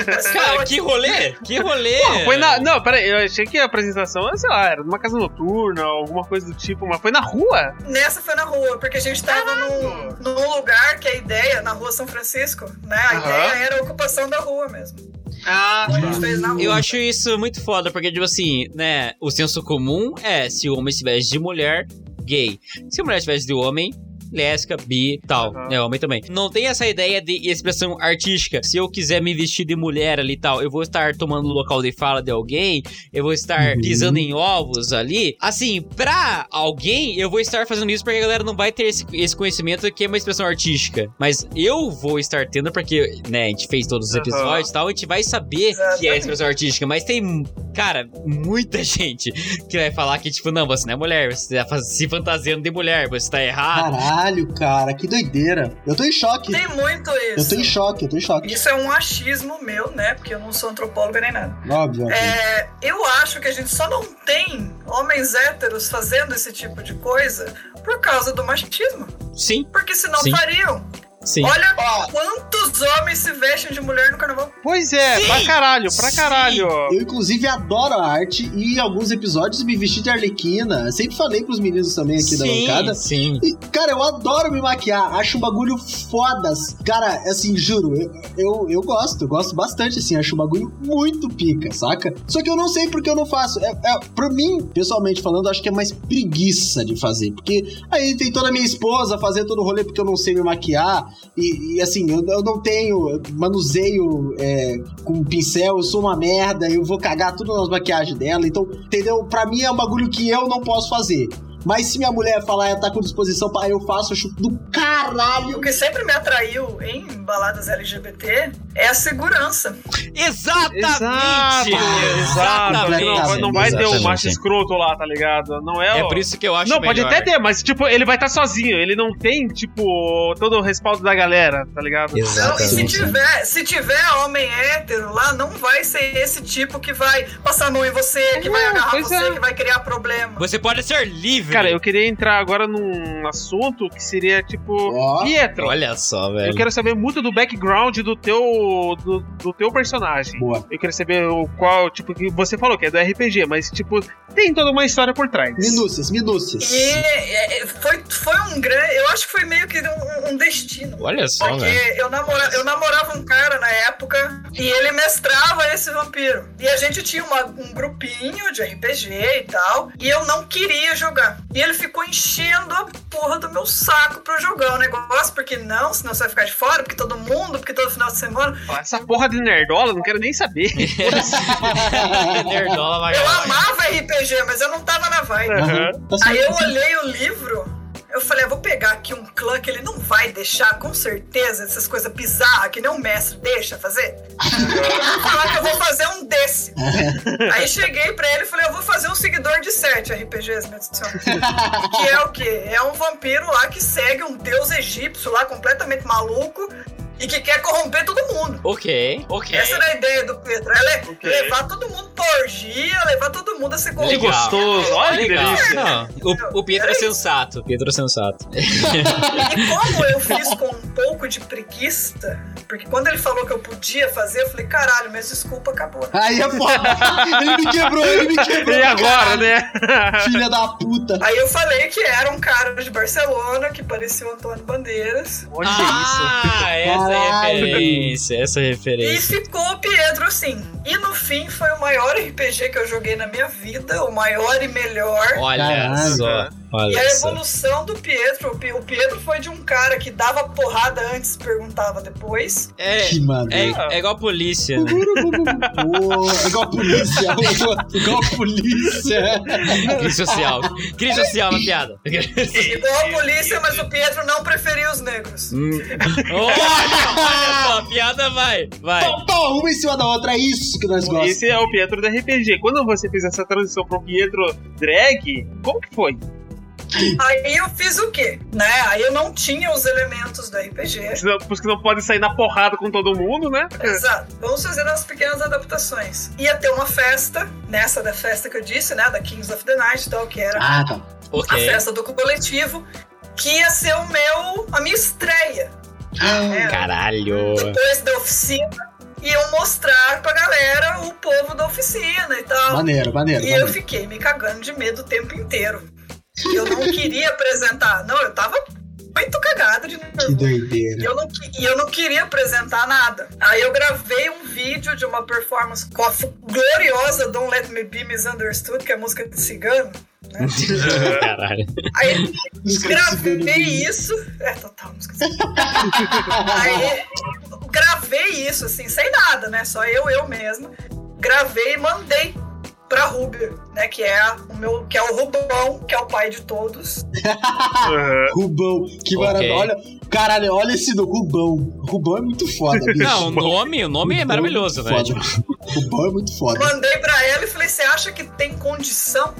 Mas foi
Cara,
ótimo.
que rolê! Que rolê!
Pô, foi na. Não, peraí, eu achei que a apresentação, sei lá, era numa casa noturna, alguma coisa do tipo, mas foi na rua?
Nessa foi na rua, porque a gente tava num, num lugar que a ideia, na rua São Francisco, né? A
Aham.
ideia era a ocupação da rua mesmo.
Ah,
Então a gente fez na rua.
Eu acho isso muito foda, porque, tipo assim, né? O senso comum é se o homem estivesse de mulher, gay. Se a mulher estivesse de homem, lésbica, bi tal.
Aham.
É, homem também. Não tem essa ideia de expressão artística. Se eu quiser me vestir de mulher ali e tal, eu vou estar tomando o local de fala de alguém, eu vou estar
Uhum.
pisando em ovos ali. Assim, pra alguém, eu vou estar fazendo isso porque a galera não vai ter esse, esse conhecimento que é uma expressão artística. Mas eu vou estar tendo, porque, né, a gente fez todos os
Aham.
episódios e tal, a gente vai saber que é a expressão artística, mas tem, cara, muita gente que vai falar que, tipo, não, você não é mulher, você tá faz- se fantasiando de mulher, você tá errado.
Caralho, cara, que doideira. Eu tô em choque.
Tem muito
Eu
isso.
tô em choque, eu tô em choque.
Isso é um achismo meu, né? Porque eu não sou antropóloga nem nada.
Óbvio.
É, eu acho que a gente só não tem homens héteros fazendo esse tipo de coisa por causa do machismo.
Ah.
Sim,
Porque senão
Sim.
fariam.
sim.
Olha
Ó.
quantos homens se vestem de mulher no carnaval.
Pois é,
Sim!
pra caralho, pra
Sim!
caralho.
Eu, inclusive, adoro a arte e em alguns episódios me vesti de arlequina. Eu Sempre falei pros meninos também aqui da
sim,
bancada.
sim.
E, cara, eu adoro me maquiar, acho um bagulho fodas. Cara, assim, juro, eu, eu, eu gosto, eu gosto bastante, assim, acho um bagulho muito pica, saca? Só que eu não sei porque eu não faço. É, é, pra mim, pessoalmente falando, acho que é mais preguiça de fazer, porque aí tem toda a minha esposa fazer todo o rolê porque eu não sei me maquiar, e, e, assim, eu, eu não tenho manuseio é, com pincel, eu sou uma merda, eu vou cagar tudo nas maquiagens dela, então, entendeu? Pra mim é um bagulho que eu não posso fazer. Mas se minha mulher falar, ela tá com disposição pra eu faço, eu chuto do caralho.
O que sempre me atraiu em baladas LGBT é a segurança.
Exatamente!
Exato, exato. Não, vai- não vai ter o
Exatamente.
macho escroto lá, tá ligado? Não é,
É
o-
por isso que eu acho
Não, pode
melhor.
até ter, mas tipo, ele vai estar sozinho, ele não tem, tipo, todo o respaldo da galera, tá ligado?
Não, Então, e se
Exatamente.
né?
tiver, se tiver homem hétero lá, não vai ser esse tipo que vai passar a mão em você, que vai
É,
agarrar
pois
você,
é.
que vai criar problema.
Você pode ser livre.
Cara, eu queria entrar agora num assunto que seria, tipo,
Ó,
Pietro.
Olha só,
Eu
velho.
quero saber muito do background do teu do, do teu personagem.
boa.
Eu quero saber o qual, tipo, que você falou que é do RPG, mas tipo, tem toda uma história por trás.
Minúcias, minúcias.
E é, é, foi, foi um grande. Eu acho que foi meio que um, um destino.
Olha só,
Porque
velho.
eu, namora, eu namorava um cara na época e ele mestrava esse vampiro. E a gente tinha uma- um grupinho de RPG e tal. E eu não queria jogar. E ele ficou enchendo a porra do meu saco pra eu jogar o negócio. Porque não, senão você vai ficar de fora, porque todo mundo, porque todo final de semana.
Essa porra de nerdola, não quero nem saber.
Tá
Nerdola vai
Eu amava RPG, mas eu não tava na vibe.
Aham.
Tá
Aí eu
certo.
olhei o livro, eu falei, eu vou pegar aqui um clã que ele não vai deixar, com certeza, essas coisas bizarras que nem o mestre deixa fazer. Eu vou falar que eu vou fazer um desse. Aí cheguei pra ele e falei, eu vou fazer um seguidor de sete RPGs, meu senhor. Que é o quê? É um vampiro lá que segue um deus egípcio lá, completamente maluco, e que quer corromper todo mundo.
Ok, ok.
Essa era a ideia do Pedro. Ela é
Ok.
levar todo mundo pra orgia, levar todo mundo a se
Que
corromper.
gostoso, olha que
Legal.
delícia.
Não, o, o Pedro é sensato. Pedro é sensato.
E como eu fiz com um pouco de preguiça, porque quando ele falou que eu podia fazer, eu falei, caralho, mas desculpa, acabou.
Aí é foda. Ele me quebrou, ele me quebrou.
E agora, né?
Filha da puta.
Aí eu falei que era um cara de Barcelona, que parecia o Antônio Bandeiras.
Olha
ah, essa é
Caralho.
referência, essa é
E
referência.
ficou o Pietro assim. E no fim foi o maior RPG que eu joguei na minha vida, o maior e melhor.
Olha
Caralho.
só,
E a
olha só.
evolução do Pietro, o Pi- o Pietro foi de um cara que dava porrada antes, perguntava depois.
É,
Que mano.
é, é igual a polícia, né?
Boa. É igual a polícia. Igual a polícia.
Crise social. Crise social na piada.
Igual a polícia, mas o Pietro não preferia os negros.
Hum.
olha, olha só, a piada vai, vai.
Pau, pau, uma em cima da outra. É isso que nós
isso.
gostamos.
Esse é o Pietro do RPG. Quando você fez essa transição pro Pietro drag, como que foi?
Aí eu fiz o quê? Né? Aí eu não tinha os elementos do
Hum.
RPG.
Senão- Porque não pode sair na porrada com todo mundo, né?
Exato. Vamos fazer as pequenas adaptações. Ia ter uma festa, nessa da festa que eu disse, né? Da Kings of the Night e tal, que era
Ah, tá.
a
Ok.
festa do coletivo, que ia ser o meu, a minha estreia.
Hum,
né?
Caralho.
Depois da oficina, iam mostrar pra galera o povo da oficina e tal.
Maneiro, maneiro.
E eu
maneiro.
fiquei me cagando de medo o tempo inteiro. E Eu não queria apresentar. Não, eu tava muito cagada de
Que
nervoso. E
doideira.
eu, não, que- e eu não queria apresentar nada. Aí eu gravei um vídeo de uma performance com a f- gloriosa Don't Let Me Be Misunderstood, que é a música de cigano.
Caralho.
Aí gravei
Esqueci.
isso. É total música de cigano. Aí gravei isso, assim, sem nada, né? Só eu, eu mesma. Gravei e mandei pra Ruber, né? Que é, a- o meu, que é o Rubão, que é o pai de todos.
Aham.
Rubão, que maravilha. Olha, caralho, olha esse do Rubão. Rubão é muito foda, bicho.
Não, o nome, o nome é
Rubão
maravilhoso,
muito
né?
foda. Rubão é muito foda.
Mandei pra ela e falei: Você acha que tem condição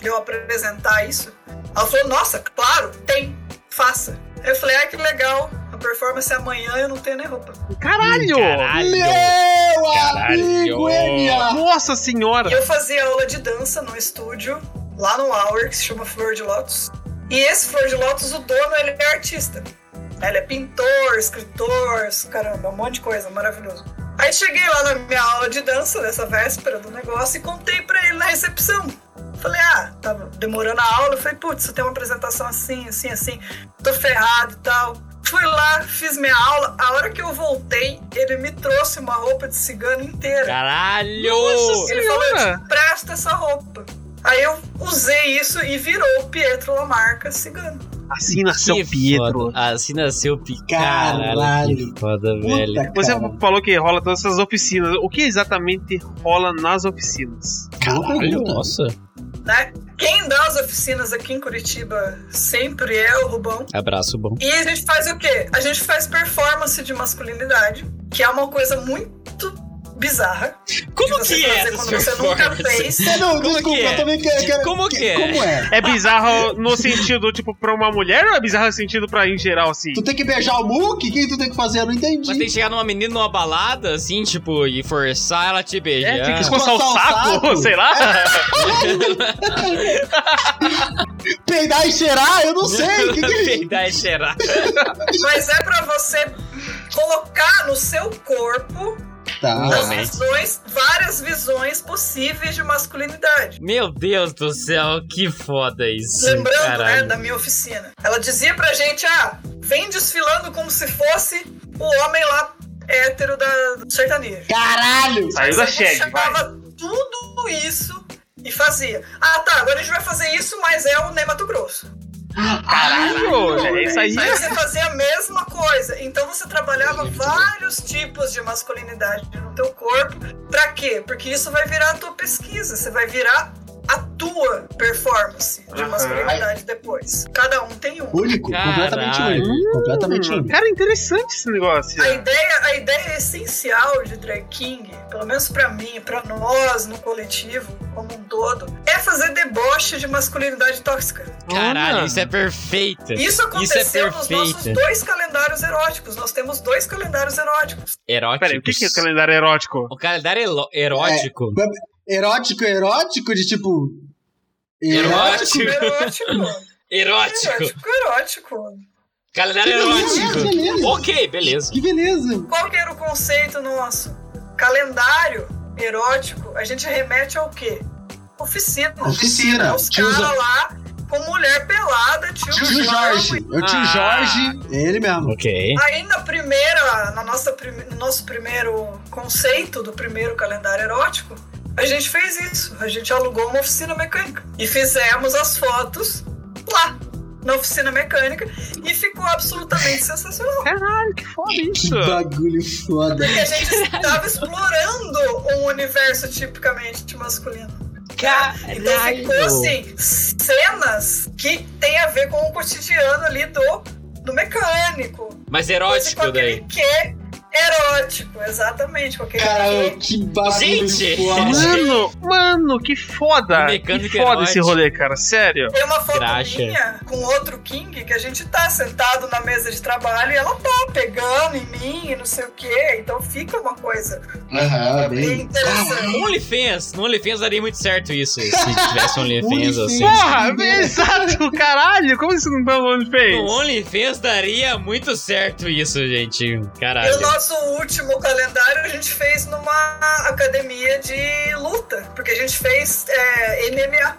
de eu apresentar isso? Ela falou: Nossa, claro, tem, faça. Eu falei: Ah, que legal, a performance é amanhã eu não tenho nem roupa.
Caralho!
Caralho.
Meu
Caralho.
amigo, é minha.
Nossa senhora!
E eu fazia aula de dança no estúdio, lá no Hour, que se chama Flor de Lótus. E esse Flor de Lótus, o dono, ele é artista. Ele é pintor, escritor, caramba, um monte de coisa, maravilhoso. Aí cheguei lá na minha aula de dança, nessa véspera do negócio, e contei pra ele na recepção. Falei, ah, tava demorando a aula. Eu falei, putz, eu tenho uma apresentação assim, assim, assim, tô ferrado e tal. Fui lá, fiz minha aula. A hora que eu voltei, ele me trouxe uma roupa de cigano inteira.
Caralho.
Ele falou,
Senhora!
eu te presto essa roupa. Aí eu usei isso e virou o Pietro Lamarca cigano.
Assim nasceu
Que
Pietro.
foda. Assim nasceu o Pi- Caralho.
Caralho.
Que foda, velho. é
Puta, é
Você
cara.
falou que rola todas essas oficinas. O que exatamente rola nas oficinas?
Caralho,
Caralho,
nossa.
Né? Quem dá as oficinas aqui em Curitiba sempre é o Rubão.
Abraço bom.
E a gente faz o quê? A gente faz performance de masculinidade, que é uma coisa muito bizarra. de
Como
você
que é
fazer
essa
quando você nunca
performance?
fez.
É, não,
Como
desculpa,
que é?
eu também quero. quero-
Como que é?
Como é?
É bizarro no sentido, tipo, pra uma mulher ou é bizarro no sentido pra em geral, assim?
Tu tem que beijar o Mook? Quem tu tem que fazer? Eu não entendi.
Mas tem que chegar numa menina numa balada, assim, tipo, e forçar ela a te beijar.
É, tem
tipo,
que coçar o
Coçar o
saco,
saco?
sei lá.
Peidar e cheirar? Eu não sei. O que é
é
que ele...
Peidar e cheirar.
Mas é pra você colocar no seu corpo
Tá.
as
Realmente.
visões, várias visões possíveis de masculinidade.
Meu Deus do céu, que foda isso.
Lembrando, né,
caralho.
da minha oficina. Ela dizia pra gente, ah, vem desfilando como se fosse o homem lá hétero da, do sertanejo.
Caralho!
Saiu da
Mas eu
Shed, vai.
chamava tudo isso e fazia. Ah, tá, agora a gente vai fazer isso, mas é o Ney Mato Grosso.
Caralho, é isso aí.
Aí você fazia a mesma coisa. Então você trabalhava vários tipos de masculinidade no teu corpo. Pra quê? Porque isso vai virar a tua pesquisa. Você vai virar a tua performance de
Aham.
masculinidade depois. Cada um tem um.
Único, completamente
Caralho.
único. Completamente
Hum,
único.
Cara, interessante esse negócio.
A
É.
ideia, a ideia essencial de Drag King, pelo menos pra mim, pra nós no coletivo como um todo, é fazer deboche de masculinidade tóxica.
Caralho,
Olha.
isso é perfeito. é
Isso aconteceu nos
perfeito.
nossos dois calendários eróticos. Nós temos dois calendários eróticos.
Erótico.
Peraí, o que, que é o calendário erótico?
O calendário elo- erótico.
Erótico, erótico de tipo.
Erótico.
Erótico,
Erótico.
É. erótico, erótico.
Calendário
Que
erótico.
beleza!
Ok, beleza.
Que beleza!
Qual que era o conceito nosso? Calendário erótico, a gente remete ao quê? Oficina.
Oficina.
Os
Tio
caras
Zo-
lá com mulher pelada, tio,
Tio Jorge. É o tio
Ah.
Jorge. É ele mesmo.
Ok.
Aí na primeira, na nossa prime- no nosso primeiro conceito do primeiro calendário erótico, a gente fez isso. A gente alugou uma oficina mecânica e fizemos as fotos lá na oficina mecânica e ficou absolutamente sensacional.
Caralho, que foda
Que
isso.
bagulho foda.
Porque a gente estava explorando um universo tipicamente masculino. Então ficou assim, cenas que tem a ver com o cotidiano ali do, do mecânico,
Mas
Coisa com
erótico daí.
aquele quê erótico, exatamente. Com aquele
Caralho,
quê.
que bagulho
Gente!
foda.
Mano, mano, que foda.
Mecânica
Que foda esse
erótica.
rolê, cara, sério.
Tem uma foto
Graxa.
minha com outro King que a gente tá sentado na mesa de trabalho e ela tá pegando em mim e não sei o quê. Então fica uma coisa
Aham,
bem
bem.
interessante.
No OnlyFans, no OnlyFans daria muito certo isso. Se tivesse OnlyFans assim.
OnlyFans.
Porra, exato, caralho. Como isso não tá no
No
OnlyFans?
OnlyFans daria muito certo isso, gente.
E o
Caralho.
nosso último calendário a gente fez numa academia de luta, porque a gente fez é, MMA.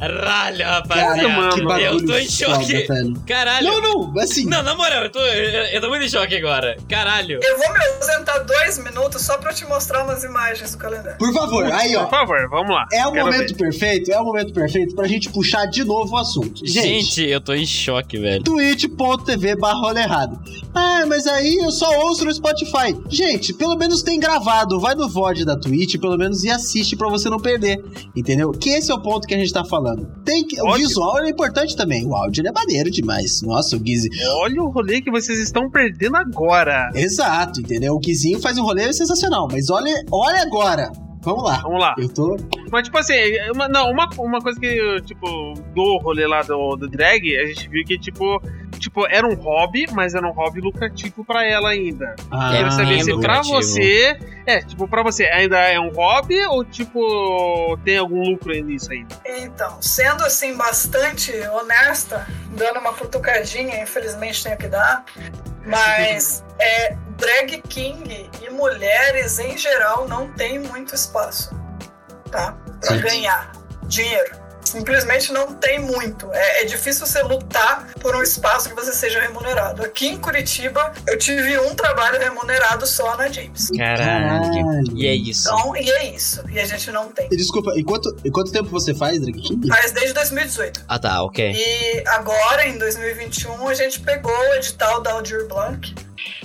Caralho,
Cara,
rapaziada.
mano.
que bagulho
Eu tô em choque.
foda, velho.
Caralho.
Não, não, assim.
Não, na moral, eu tô, eu, eu tô muito em choque agora. Caralho.
Eu vou me ausentar dois minutos só pra eu te mostrar umas imagens do calendário.
Por favor, aí ó,
Por favor, vamos lá.
É o
Quero
momento perfeito, é o momento perfeito pra gente puxar de novo o assunto.
Gente,
Gente,
eu tô em choque, velho.
twitch.tv barra rola errado. Ah, mas aí eu só ouço no Spotify. Gente, pelo menos tem gravado. Vai no VOD da Twitch, pelo menos, e assiste pra você não perder. Entendeu? Que esse é o ponto que a gente tá falando. Tem que, o
Ótimo.
visual é importante também. O áudio ele é maneiro demais. Nossa, o Guizi.
ver. Olha o rolê que vocês estão perdendo agora.
Exato, entendeu? O Guizinho faz um rolê sensacional. Mas olha, olha agora. Vamos lá.
Vamos lá.
Eu tô.
Mas, tipo assim, uma, não, uma, uma coisa que, eu, tipo, do rolê lá do, do drag, a gente viu que, tipo, tipo, era um hobby, mas era um hobby lucrativo pra ela ainda.
Ah,
É
Quero saber
bem
se pra
lucrativo.
você. É, tipo, pra você ainda é um hobby ou, tipo, tem algum lucro nisso ainda?
Então, sendo assim bastante honesta, dando uma cutucadinha, infelizmente tenho que dar, mas é, drag king e mulheres em geral não tem muito espaço, tá? Pra
Sim.
ganhar dinheiro. Simplesmente não tem muito. É, é difícil você lutar por um espaço que você seja remunerado. Aqui em Curitiba, eu tive um trabalho remunerado só na James.
Ah,
Caralho. Ah, E é isso.
Então, e é isso. E a gente não tem.
E Desculpa, e quanto, e quanto tempo você faz, Drag King?
Mas desde 2018.
Ah, tá, ok.
E agora, em 2021, a gente pegou o edital da Aldir Blanc,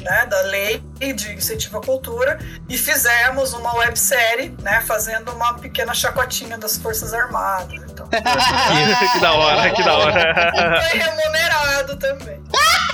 né, da lei de incentivo à cultura, e fizemos uma websérie, né, fazendo uma pequena chacotinha das Forças Armadas. Então.
Ah,
que da hora, que da hora.
Foi remunerado também.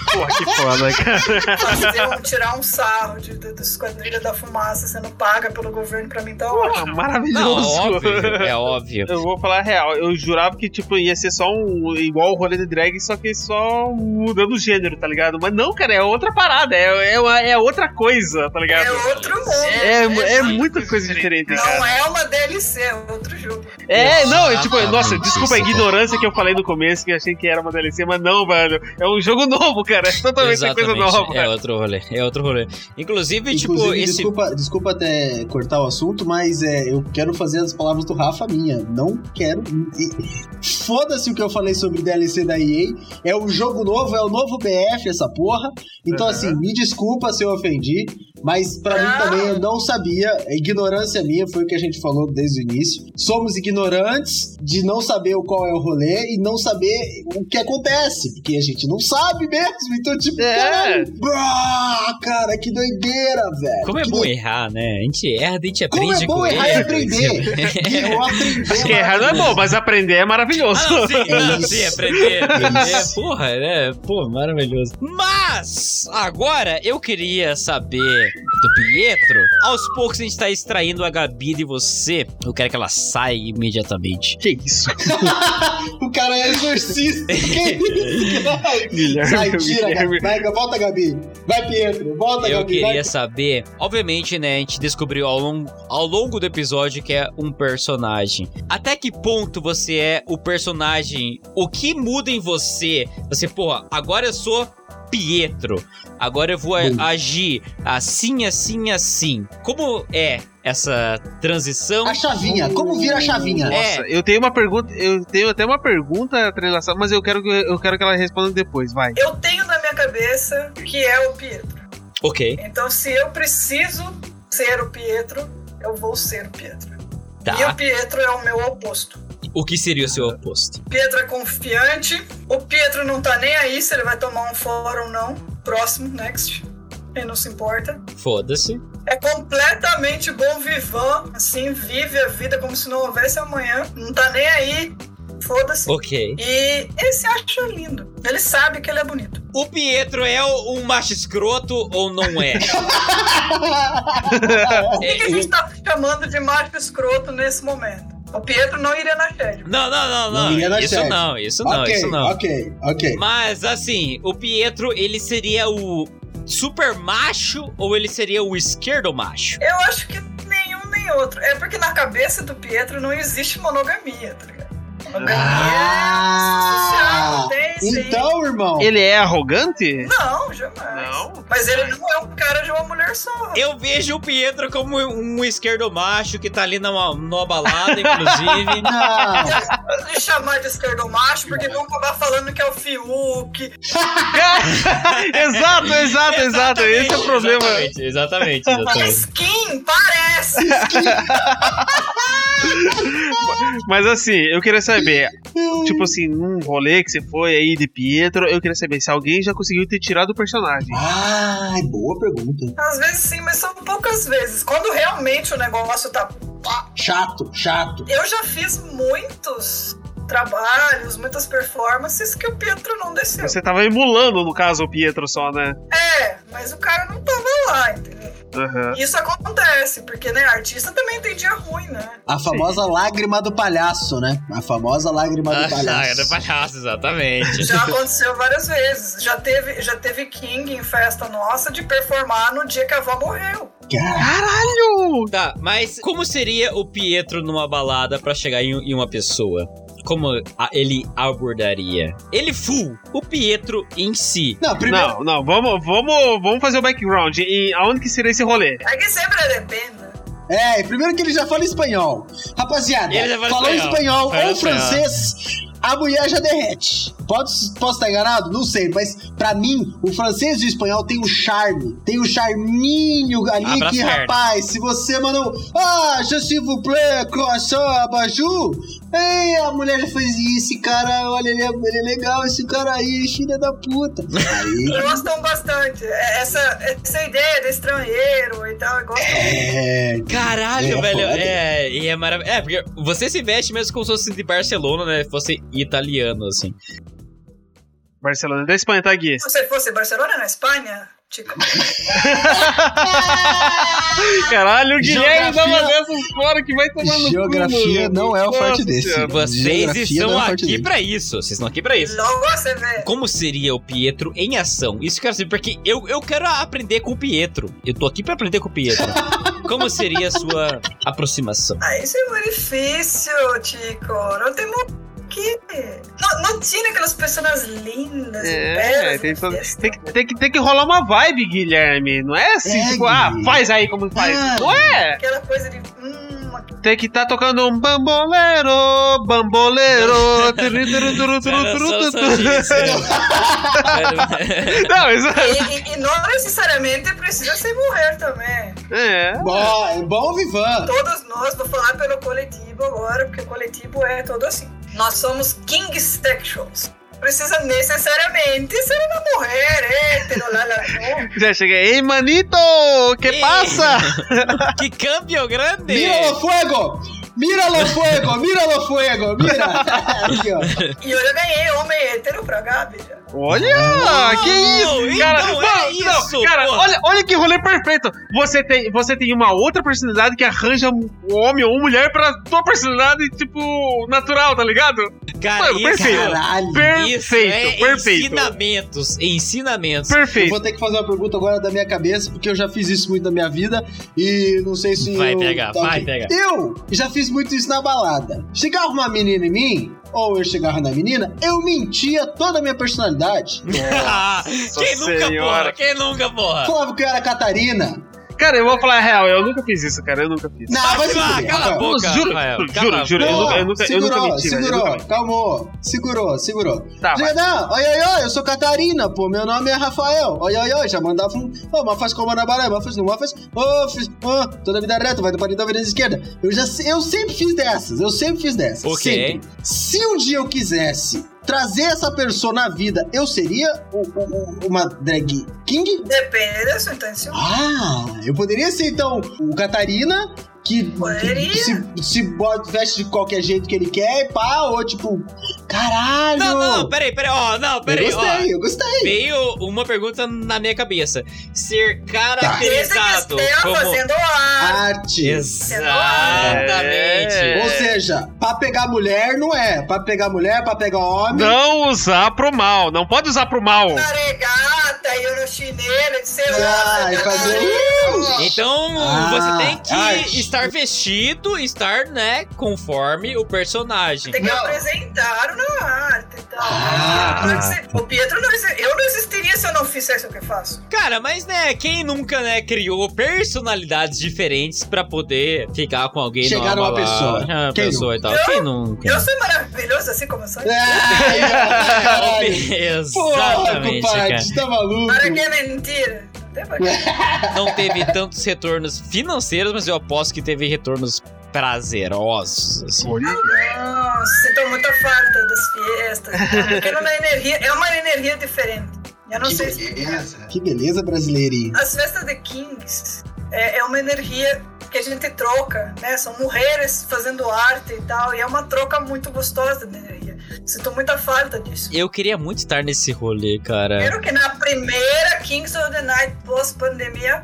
Porra, que foda, cara.
Fazer um- tirar um sarro de, de, da Esquadrilha da Fumaça sendo paga pelo governo, pra mim tá ótimo.
Porra,
Não,
um
maravilhoso.
óbvio, é óbvio.
Eu vou falar a real, eu jurava que, tipo, ia ser só um. igual o rolê de drag, só que só mudando o gênero, tá ligado? Mas não, cara, é outra parada, é, é, uma- é outra coisa, tá ligado?
É outro mundo.
É,
É,
é,
é
muita
muito
coisa
diferente,
diferente,
Não
cara.
é uma DLC, é outro jogo.
É, não, é, tipo,
Exatamente.
nossa, desculpa a ignorância que eu falei no começo, que eu achei que era uma DLC, mas não, mano. É um jogo novo, cara. É totalmente coisa nova.
é outro rolê, é outro rolê. Inclusive, tipo,
Inclusive,
esse.
desculpa, desculpa até cortar o assunto, mas é, eu quero fazer as palavras do Rafa minha. Não quero. e- Foda-se o que eu falei sobre DLC da EA. É o jogo novo, é o novo BF, essa porra. Então,
Aham.
assim, me desculpa se eu ofendi. respondi, mas pra
Ah!
mim também eu não sabia. A Ignorância minha foi o que a gente falou desde o início. Somos ignorantes de não saber o qual é o rolê e não saber o que acontece, porque a gente não sabe mesmo. Então, tipo,
É.
caralho, brá, Ah, cara, que doideira, velho.
Como é
Que
bom
doi-
errar, né? A gente erra, a gente
Como
aprende
é bom
com
errar e
erros.
aprender. que eu
Que
aprendi.
errar não é bom, mas aprender é
Ah,
maravilhoso.
não, sim,
É
não,
isso.
sim, aprender, aprender,
É isso.
porra, né? Pô, maravilhoso. Mas, agora eu queria saber do Pietro. Aos poucos a gente tá extraindo a Gabi de você. Eu quero que ela saia imediatamente.
Que isso,
O cara é exorcista. Que isso, cara?
Guilherme?
Sai, tira,
Guilherme.
Gabi. Vai, volta, Gabi. Vai, Pietro. Volta,
Eu
Gabi. vai.
queria saber, obviamente, né? A gente descobriu ao longo, ao longo do episódio que é um personagem. Até que ponto você é o personagem? O que muda em você? Você, porra, agora eu sou Pietro. Agora eu vou a-
Bom.
agir assim, assim, assim. Como é essa transição?
A chavinha. Como vira a chavinha?
É.
Nossa, eu tenho uma pergunta, eu tenho até uma pergunta trelação, mas eu quero que eu quero que ela responda depois, vai.
Eu tenho na minha cabeça que é o Pietro.
Ok,
Então, se eu preciso ser o Pietro, eu vou ser o Pietro. E o
tá.
Pietro é o meu oposto.
O que seria o seu oposto?
O Pietro é confiante. O Pietro não tá nem aí se ele vai tomar um fora ou não. Próximo, next. Ele não se importa.
Foda-se.
É completamente bom vivão. Assim, vive a vida como se não houvesse amanhã. Não tá nem aí. Foda-se.
Ok.
E ele se acha lindo. Ele sabe que ele é bonito.
O Pietro é o- um macho escroto ou não é?
Por que, que a gente tá chamando de macho escroto nesse momento? O Pietro não iria na shed.
Não, não, não,
Não
não.
iria na
isso
chat.
não, isso não,
ok,
isso não.
ok, ok.
Mas assim, o Pietro, ele seria o super macho ou ele seria o esquerdo macho?
Eu acho que nenhum nem outro. É porque na cabeça do Pietro não existe monogamia, tá ligado?
Ah!
Monogamia social, tem sim.
Então, irmão.
Ele é arrogante?
Não, jamais.
Não?
Mas ele não é um cara de uma mulher só.
Eu vejo o Pietro como um esquerdo macho que tá ali numa, numa balada, inclusive.
Não.
Me chamar de esquerdo macho, porque vão acabar falando que é o Fiuk.
exato, exato, exato. Esse é o problema.
Exatamente, exatamente. exatamente.
Skin parece!
Mas assim, eu queria saber, tipo assim, num rolê que você foi aí de Pietro, eu queria saber se alguém já conseguiu te tirar do personagem.
Ai, boa pergunta.
Às vezes sim, mas são poucas vezes. Quando realmente o negócio tá. pá,
Chato, chato.
Eu já fiz muitos trabalhos, muitas performances que o Pietro não desceu.
Você tava emulando, no caso, o Pietro só, né?
É, mas o cara não tava lá, entendeu?
Aham.
Isso acontece, porque, né, artista também tem dia ruim, né?
A famosa lágrima do palhaço, né? A famosa lágrima do
Ah,
palhaço.
era palhaço, exatamente.
Já aconteceu várias vezes. Já teve, já teve King em festa nossa de performar no dia que a avó morreu.
Cara,
Tá, mas como seria o Pietro numa balada pra chegar em, em uma pessoa? Como a- ele abordaria? Ele full, o Pietro em si.
Não, primeiro.
Não, não, vamos, vamos, vamos fazer o background. E aonde que seria esse rolê?
É que sempre depende. né?
É, primeiro que ele já fala espanhol. Rapaziada,
Ele já fala
falou
espanhol.
espanhol,
Fala
ou
espanhol.
francês, a mulher já derrete. Posso, posso estar enganado? Não sei, mas pra mim, o francês e o espanhol tem um charme. Tem um charminho ali
Abre as
que,
pernas.
rapaz, se você mandou. Ah, je suis vous plaît, croissant, abajou. Ei, a mulher já fez "Ih, esse cara, olha, ele é, ele é legal, esse cara aí, filha da puta. Aí,
Gostam bastante. É, Essa, essa ideia de estrangeiro e tal, eu gosto
é,
Caralho,
É,
velho.
foda.
É, e é maravilhoso. É, porque você se veste mesmo como se fosse de Barcelona, né? Fosse italiano, assim.
Barcelona da Espanha, tá, Gui?
Se você fosse Barcelona na Espanha, Chico.
Caralho, o Guilherme
Geografia-
tava dessas fora que vai tomando cu,
Geografia
mano.
não é o
Nossa
forte desse.
Senhora.
Vocês
Geografia
estão
não é o forte
aqui
dele.
pra isso. Vocês estão aqui pra isso.
Logo você vê.
Como seria o Pietro em ação? Isso eu quero saber, porque eu, eu quero aprender com o Pietro. Eu tô aqui pra aprender com o Pietro. Como seria a sua aproximação?
Ah, isso é muito difícil, Chico. Não tem o que. Não, não tinha aquelas pessoas lindas e
É,
belas. assim,
tem,
na
todo-
festa.
tem que, tem, que, tem que rolar uma vibe, Guilherme. Não é assim,
É,
tipo, ah,
Gui.
faz aí como faz.
Ah.
Não é?
Aquela coisa de. Hum,
Tem que tá tocando um bambolero, bambolero. turu, turu, turu, turu,
Cara,
turu,
só- um
turu,
só
turu.
isso, é.
Não, isso
E, e- e não necessariamente precisa ser mulher também.
é.
Bom, bom vivan.
Todos nós, vou falar pelo coletivo agora, porque o coletivo é todo assim. Nós somos king sexuals. Precisa necessariamente ser uma mulher, hétero, lá, lá, não.
Já cheguei. Ei, manito, que
Ei.
passa?
que câmbio grande!
Mira lo fuego! Mira lo fuego! Mira lo fuego! Mira! Aqui, ó.
E eu já ganhei homem hétero pra Gabi. já.
Olha, que isso,
então
cara.
é
não,
isso,
cara,
porra.
olha, olha que rolê perfeito. Você tem, você tem uma outra personalidade que arranja um homem ou mulher pra tua personalidade, tipo, natural, tá ligado?
Cara,
Mano,
isso, é
perfeito.
Caralho!
Perfeito,
isso é
perfeito.
ensinamentos, ensinamentos.
Eu
Perfeito.
vou ter que fazer uma pergunta agora da minha cabeça, porque eu já fiz isso muito na minha vida e não sei se.
Vai
eu-
pegar,
tá
vai
ok.
pegar.
Eu já fiz muito isso na balada. Chegava uma menina em mim, ou eu chegava na menina, eu mentia toda a minha personalidade.
quem nunca, porra?
Senhora.
Quem nunca,
Ah.
porra?
Falava que eu era Catarina.
Cara, eu vou falar a real, eu nunca fiz isso, cara, eu nunca fiz.
Não,
Vai
vai
se
se
lá,
fuder,
cala a
Rafael.
boca,
juro,
Rafael.
juro,
cala a
juro,
boca.
eu nunca- eu nunca- eu
segurou,
nunca menti, velho, eu
segurou,
nunca menti.
calmou, segurou, segurou.
Tá,
Diga, não, oi, oi, oi, eu sou Catarina, pô, meu nome é Rafael. Oi, oi, oi, já mandava um. Ô, mas faz como na barra, mas faz não, mas faz. Ô, fiz. Ô, toda vida reta, vai do partido da vida esquerda. Eu, já, se- eu sempre fiz dessas, eu sempre fiz dessas.
Ok.
Sempre. Se um dia eu quisesse trazer essa pessoa na vida, eu seria o- o- o- uma drag king?
Depende da sua intenção.
Ah, eu poderia ser então o Catarina. Que,
Poderia.
que se, se bota, veste de qualquer jeito que ele quer, pá, ou tipo, caralho!
um-
Não, não, peraí, peraí, ó, não, peraí,
eu
ó.
gostei, eu gostei.
Veio uma pergunta na minha cabeça. Ser
Desde que
caracterizado
esteja
como...
fazendo ar.
Arte.
É.
Exatamente.
Ou seja, pra pegar mulher não é. Pra pegar mulher, pra pegar homem.
Não usar pro mal, não pode usar pro mal.
Na regata, eu no chinelo, de sei lá.
Ah, e fazer.
Então,
Ah,
você tem que
arte.
estar vestido, estar, né, conforme o personagem.
Tem que
Não.
apresentar uma arte e tal.
Ah.
Pode ser- O Pietro não exi- Eu não existiria se eu não fizesse o que eu faço.
Cara, mas né, quem nunca, né, criou personalidades diferentes pra poder ficar com alguém
Chegar numa
balada,
pessoa.
né, Uma
Quem
pessoa e tal.
Eu?
Quem nunca?
Eu sou maravilhoso assim como eu
É,
sou.
Ai, ó, caralho. Porra,
Exatamente, cara.
compadre, tá maluco?
Para que é mentira? Até pra quê?
Não teve tantos retornos financeiros, mas eu aposto que teve retornos prazerosos. assim.
Não, sinto muita falta das fiestas. tá? Porque era uma energia, é uma energia diferente. Eu não
Que
sei se.
beleza.
Que beleza, brasileirinho.
As festas de Kings é, é uma energia que a gente troca, né? São mulheres fazendo arte e tal. E é uma troca muito gostosa de energia. Sinto muita falta disso.
Eu queria muito estar nesse rolê, cara.
Espero que na primeira Kings of the Night pós-pandemia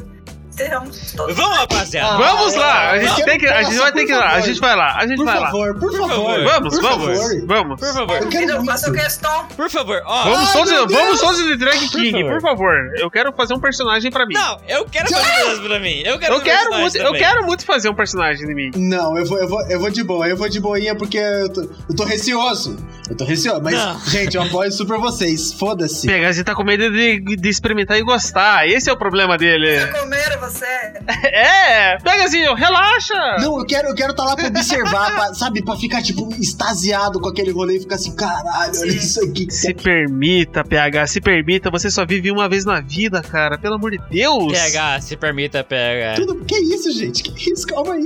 teremos todos.
Vamos, rapaziada.
Vamos
Ah,
lá, a
é.
gente,
Não,
tem que, a gente
nossa,
vai ter
por
que ir lá, a
favor.
gente vai lá, a gente
Por
vai lá.
favor, por
favor.
favor.
Vamos,
por
vamos,
favor.
vamos.
Por favor,
Eu quero
Eu
muito.
faço questão.
Ah.
por favor. Ó,
Vamos
Ai,
todos,
meu Deus.
vamos todos de Drag
Por
King,
favor.
por favor. Eu quero fazer um personagem pra mim.
Não, eu quero
Ah!
fazer isso pra mim. Eu quero
eu
fazer
quero
isso
muito, eu
também.
quero muito fazer um personagem de mim.
Não, eu vou, eu, vou, eu vou de boa, eu vou de boinha porque eu tô, eu tô receoso. Eu tô receoso, mas,
Não.
gente, eu apoio super vocês. Foda-se.
Pegasus tá com medo de, de experimentar e gostar. Esse é o problema dele.
Já comeram você?
É, Pegasinho, relaxa.
Não, eu quero eu quero tá lá pra observar, pra, sabe? Pra ficar, tipo, extasiado com aquele rolê e ficar assim, caralho, olha isso aqui. que
Se permita, PH, se permita. Você só vive uma vez na vida, cara. Pelo amor de Deus.
PH, se permita,
tá-
PH.
Tudo, que isso, gente? Que isso? Calma aí.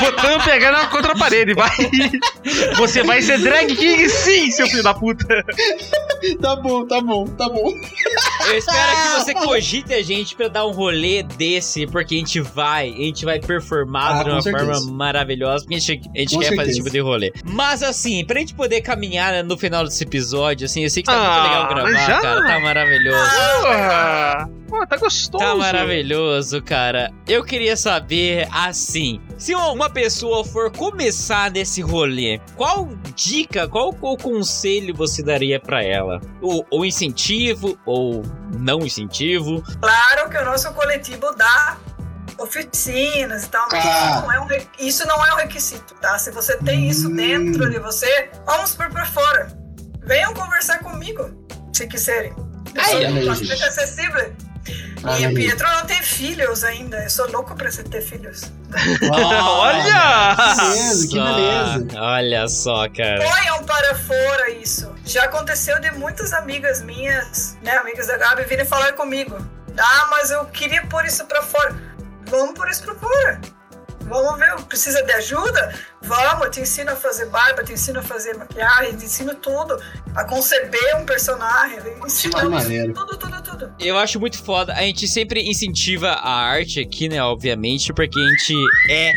Botando o PH na contra a parede, vai. Você vai ser drag king sim, seu filho da puta.
Tá bom, tá bom, tá bom.
Eu espero que você cogite a gente pra dar um rolê desse, porque a gente vai, a gente vai performar
Ah,
de
com
uma
certeza.
forma maravilhosa, porque a gente, a gente
Com
quer fazer
certeza.
esse tipo de rolê. Mas assim, pra gente poder caminhar né, no final desse episódio, assim, eu sei que tá
Ah,
muito legal gravar,
já? Ah,
cara, tá maravilhoso.
Porra. Pô, tá gostoso.
Tá maravilhoso, cara. Eu queria saber, assim, se uma pessoa for começar nesse rolê, qual dica, qual, qual conselho você daria pra ela? Ou, ou incentivo, ou não incentivo?
Claro que o nosso coletivo dá oficinas e tal, mas
Tá.
isso, não é um, re- isso não é um requisito, tá? Se você tem isso
Hum.
dentro de você, vamos por pra fora. Venham conversar comigo, se quiserem. Eu
Ai,
sou
ai.
bastante acessível. e a Pietro não tem filhos ainda. Eu sou louco pra você ter filhos.
Olha!
Que beleza, que beleza.
Olha só, cara.
Ponham para fora um é isso. Já aconteceu de muitas amigas minhas, né? Amigas da Gabi, virem falar comigo. Ah, mas eu queria pôr isso pra fora. Vamos pôr isso pra fora. Vamos ver, precisa de ajuda? Vamos, eu te ensino a fazer barba, te ensino a fazer maquiagem, te ensino tudo. A conceber um personagem, ensino
Que Ah, maneiro.
tudo, tudo, tudo.
Eu acho muito foda. A gente sempre incentiva a arte aqui, né? Obviamente, porque a gente é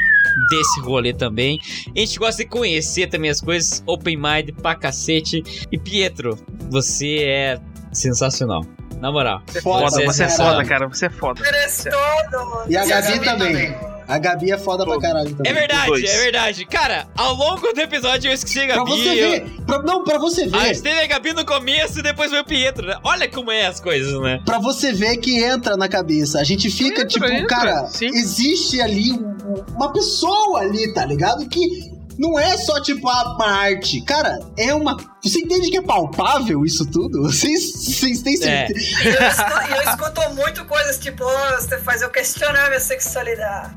desse rolê também. A gente gosta de conhecer também as coisas, open mind pra cacete. E Pietro, você é sensacional. Na moral.
Você é
Foda,
foda, você é
cara.
foda, cara. Você é foda.
Merece todo.
E a
Você
Gabi também. A Gabi é foda pra caralho
É
também.
verdade,
dois.
é verdade. Cara, ao longo do episódio eu esqueci a Gabi.
Pra você
eu-
ver, pra- não, pra você
Ah,
ver,
esteve a Gabi no começo e depois veio o Pietro, né? Olha como é as coisas, né?
pra você ver que entra na cabeça. A gente fica
Entra,
tipo,
entra,
cara,
sim.
existe ali um- uma pessoa ali, tá ligado? Que não é só tipo ah, uma arte. Cara, é uma. Você entende que é palpável isso tudo? Vocês, vocês têm
É.
certeza?
E eu, escuto, e eu escuto muito coisas tipo, "Oh, você faz eu questionar minha sexualidade.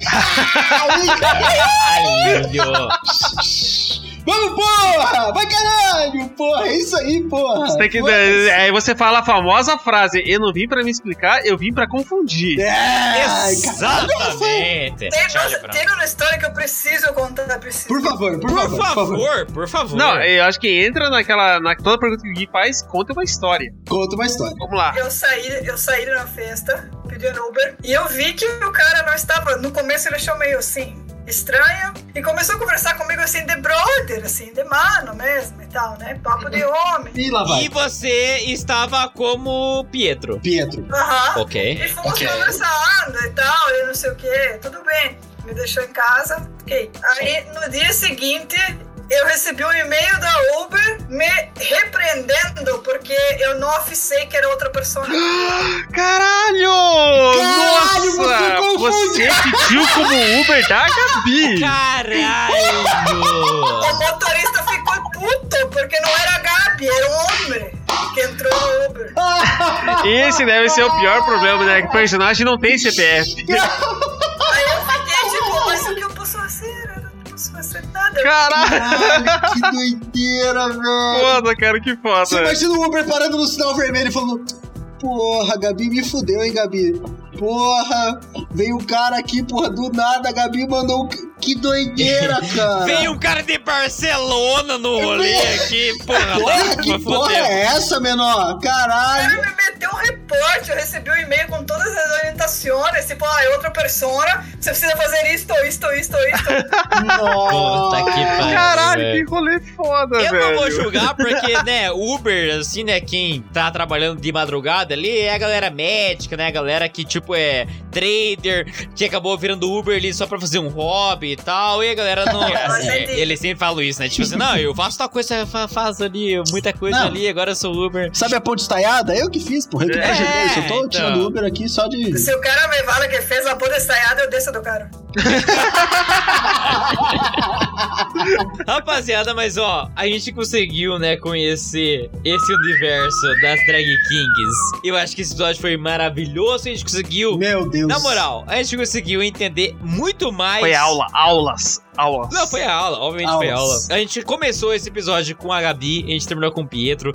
Alívio.
Vamos, porra! Vai caralho, porra! É isso aí, porra! é
Você tem que.
Foda-se.
Aí você fala a famosa frase: Eu não vim pra me explicar, eu vim pra confundir.
É, ai, cara.
Exatamente.
Tem,
é Charlie Brown.
tem uma história que eu preciso contar, preciso.
Por favor, por,
Por
favor, por favor.
favor, por favor.
Não, eu acho que entra naquela. Na, toda pergunta que o Gui faz, conta uma história.
Conta uma história.
Vamos lá.
Eu saí, eu saí na festa, pedi um Uber, e eu vi que o cara não estava. No começo ele achou meio assim, estranho, e começou a conversar comigo assim, de brother, assim, de mano mesmo e tal, né? Papo
Uhum.
de homem.
E lá vai.
E você estava como Pietro.
Pietro.
Aham.
Ok.
E fomos
Ok.
conversando e tal, e não sei o que, tudo bem. Me deixou em casa, ok. Aí no dia seguinte eu recebi um e-mail da Uber me repreendendo porque eu não avisei que era outra pessoa.
Caralho! Nossa! Você pediu como Uber da Gabi!
Caralho!
O motorista ficou puto porque não era a Gabi, era um homem que entrou no Uber.
Esse deve ser o pior problema, né? Que o personagem não tem CPF.
Aí eu fiquei tipo, mas o que eu posso fazer? Eu não posso fazer nada.
Caralho!
Caralho, que doideira, velho.
Foda, cara, que
É.
Você
foda.
imagina o Uber parando no sinal vermelho e falando: Porra, Gabi me fudeu, hein, Gabi? Porra, veio o cara aqui, porra, do nada, a Gabi mandou. um- Que doideira, cara!
Veio um cara de Barcelona no rolê aqui, porra.
Porra,
louco,
Ah, que
pra
porra
fuder.
é essa, menor?
O cara
Caralho!
me meteu um reporte, eu recebi um e-mail com todas as orientações, tipo, ah, é outra persona, você precisa fazer isto, isto, isto, isto.
Nossa!
Puta que pariu.
Caralho, que
velho.
rolê foda,
Eu
velho.
não vou julgar porque, né, Uber, assim, né, quem tá trabalhando de madrugada ali é a galera médica, né, a galera que, tipo, é trader, que acabou virando Uber ali só pra fazer um hobby e tal, e a galera não... assim,
gente-
eles sempre falam isso, né, tipo assim, não, eu faço tal coisa, fa- faço ali, muita coisa
Não.
ali, agora eu sou Uber.
Sabe a ponte estaiada? Eu que fiz, porra. Eu que
É,
imaginei isso. Eu tô
então.
tirando Uber aqui só de.
Se o cara me fala que fez uma puta ensaiada, eu desço do cara.
Rapaziada, mas ó, a gente conseguiu, né, conhecer esse universo das drag kings. Eu acho que esse episódio foi maravilhoso, a gente conseguiu...
Meu Deus.
Na moral, a gente conseguiu entender muito mais.
Foi aula, aulas, aulas.
Não, foi a aula, obviamente foi a aula.
Aulas.
A gente começou esse episódio com a Gabi, a gente terminou com o Pietro,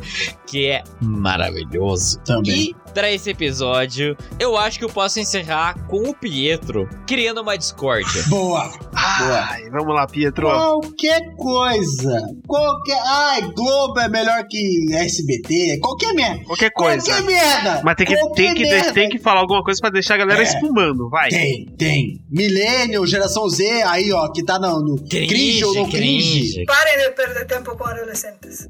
que é maravilhoso.
Também.
E pra esse episódio, eu acho que eu posso encerrar com o Pietro criando uma discórdia.
Boa!
Ai, vamos lá, Pietro.
Qualquer coisa. Qualquer. Ai, Globo é melhor que SBT. Qualquer merda.
Qualquer coisa.
Qualquer merda.
Mas tem que,
Qualquer
tem, que,
merda.
tem que falar alguma coisa pra deixar a galera
É.
espumando, vai.
Tem, tem. Millennial, geração Z, aí, ó, que tá no, no cringe, ou no cringe.
Parem de perder tempo com adolescentes.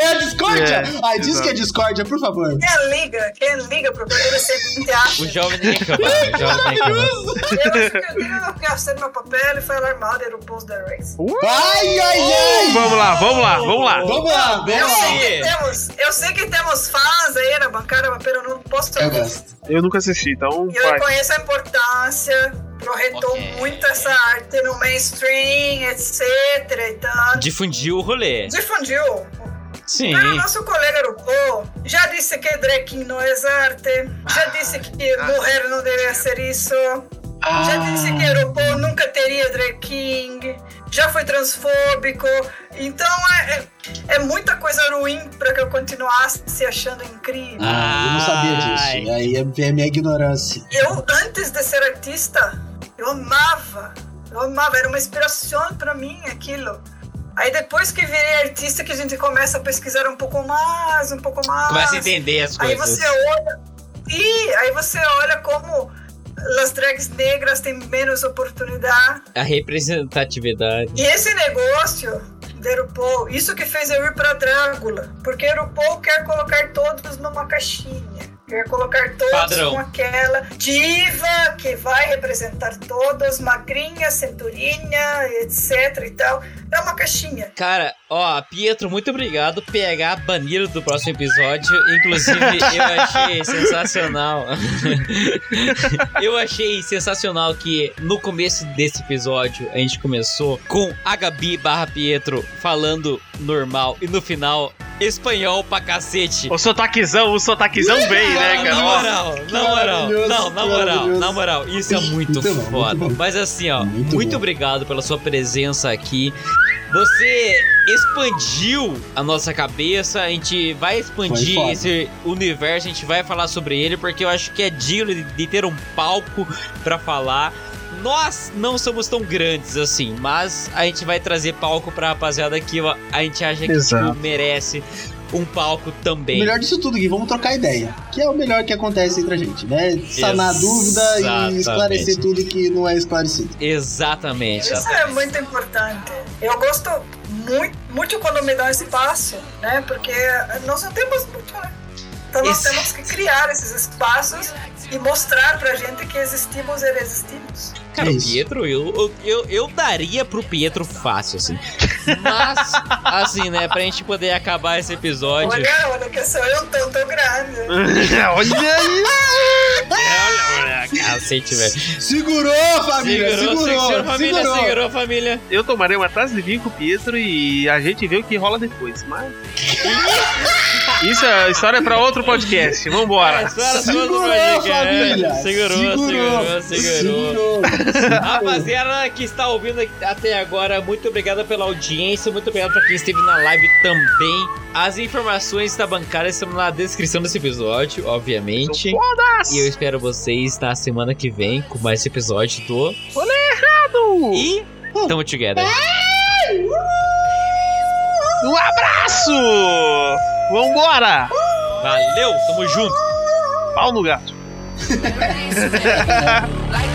É a discórdia?
É,
Ai, diz que é discórdia, por favor.
Quem liga, quem liga pro adolescente acha.
O jovem tem que acabar, o jovem tem que acabar.
Eu acho que eu tenho que fazer meu papel e falar mal de RuPaul's The Race.
Ai, ai, ai.
Uh! Vamos lá, vamos lá, vamos lá.
Vamos lá, vamos
Eu
lá.
sei, que temos, eu sei que temos fãs aí na bancada, mas eu não posso
Eu gosto.
Eu nunca assisti, então
E Eu
vai.
reconheço a importância, projetou
Ok.
muito essa arte no mainstream, etc. Então,
Difundiu o rolê.
difundiu.
Sim.
Para o nosso colega Urubu, já disse que drag king não é arte, já
Ah,
disse que morrer não deveria ser isso, já
Ah.
disse que Urubu nunca teria drag king, já foi transfóbico, então é, é- é muita coisa ruim para que eu continuasse se achando incrível.
Ah, eu não sabia
Ai.
disso. Aí é- é minha ignorância.
Eu, antes de ser artista, eu amava. Eu amava, era uma inspiração para mim aquilo. Aí depois que virei artista, que a gente começa a pesquisar um pouco mais, um pouco mais.
Começa a entender as
Aí
coisas.
você
é
olha. E aí você olha como as drags negras têm menos oportunidade.
A representatividade.
E esse negócio de RuPaul, isso que fez eu ir pra Drácula. Porque RuPaul quer colocar todos numa caixinha. Quer colocar todos
Padrão.
com aquela diva que vai representar todos, magrinha, cinturinha, etc e tal. É uma caixinha.
Cara, ó, Pietro, muito obrigado. PH banido do próximo episódio. Inclusive, eu achei sensacional. eu achei sensacional que no começo desse episódio a gente começou com a Gabi barra Pietro falando normal e no final espanhol pra cacete.
O sotaquezão, o sotaquezão bem, né,
Na
cara? Ó,
moral, na moral,
maravilhoso,
não, na moral,
maravilhoso.
na moral, isso é muito,
Muito bom, muito
foda.
bom.
Mas assim, ó, muito,
Muito bom.
obrigado pela sua presença aqui. Você expandiu a nossa cabeça, a gente vai
Foi
expandir
foda.
esse universo, a gente vai falar sobre ele, porque eu acho que é digno de- de ter um palco pra falar. Nós não somos tão grandes assim, mas a gente vai trazer palco pra rapaziada que ó, a gente acha que tipo,
Exato.
merece um palco
O
também.
melhor disso tudo, Gui, vamos trocar ideia. Que é o melhor que acontece entre a gente, né? Sanar
Exatamente.
dúvida e esclarecer tudo que não é esclarecido.
Exatamente.
Isso é muito importante. Eu gosto muito, muito quando me dão espaço, né? Porque nós não temos muito, né? Então nós
Isso.
temos que criar esses espaços e mostrar pra gente que existimos e resistimos.
Cara,
É
o
isso.
Pietro, eu, eu, eu, eu daria pro Pietro fácil, assim. Mas, assim, né, pra gente poder acabar esse episódio. Olha,
Olha, olha que sou eu tão, tão grande.
Olha aí! É,
olha, cacete, velho.
Segurou, família! Segurou!
segurou,
Segurou,
família, segurou, família.
Eu tomarei uma taça de vinho com o Pietro e a gente vê o que rola depois, mas. Isso é história pra outro podcast. Vambora!
Senhora,
Segurou,
todo mundo aí, cara.
família!
é. Segurou, segurou, segurou.
segurou.
Rapaziada que está ouvindo até agora, muito obrigado pela audiência, muito obrigado pra quem esteve na live também. As informações da bancada estão na descrição desse episódio, obviamente. E eu espero vocês na semana que vem com mais episódio do E Tamo Together.
Um abraço! Vambora!
Valeu, tamo junto!
Pau no gato!
Like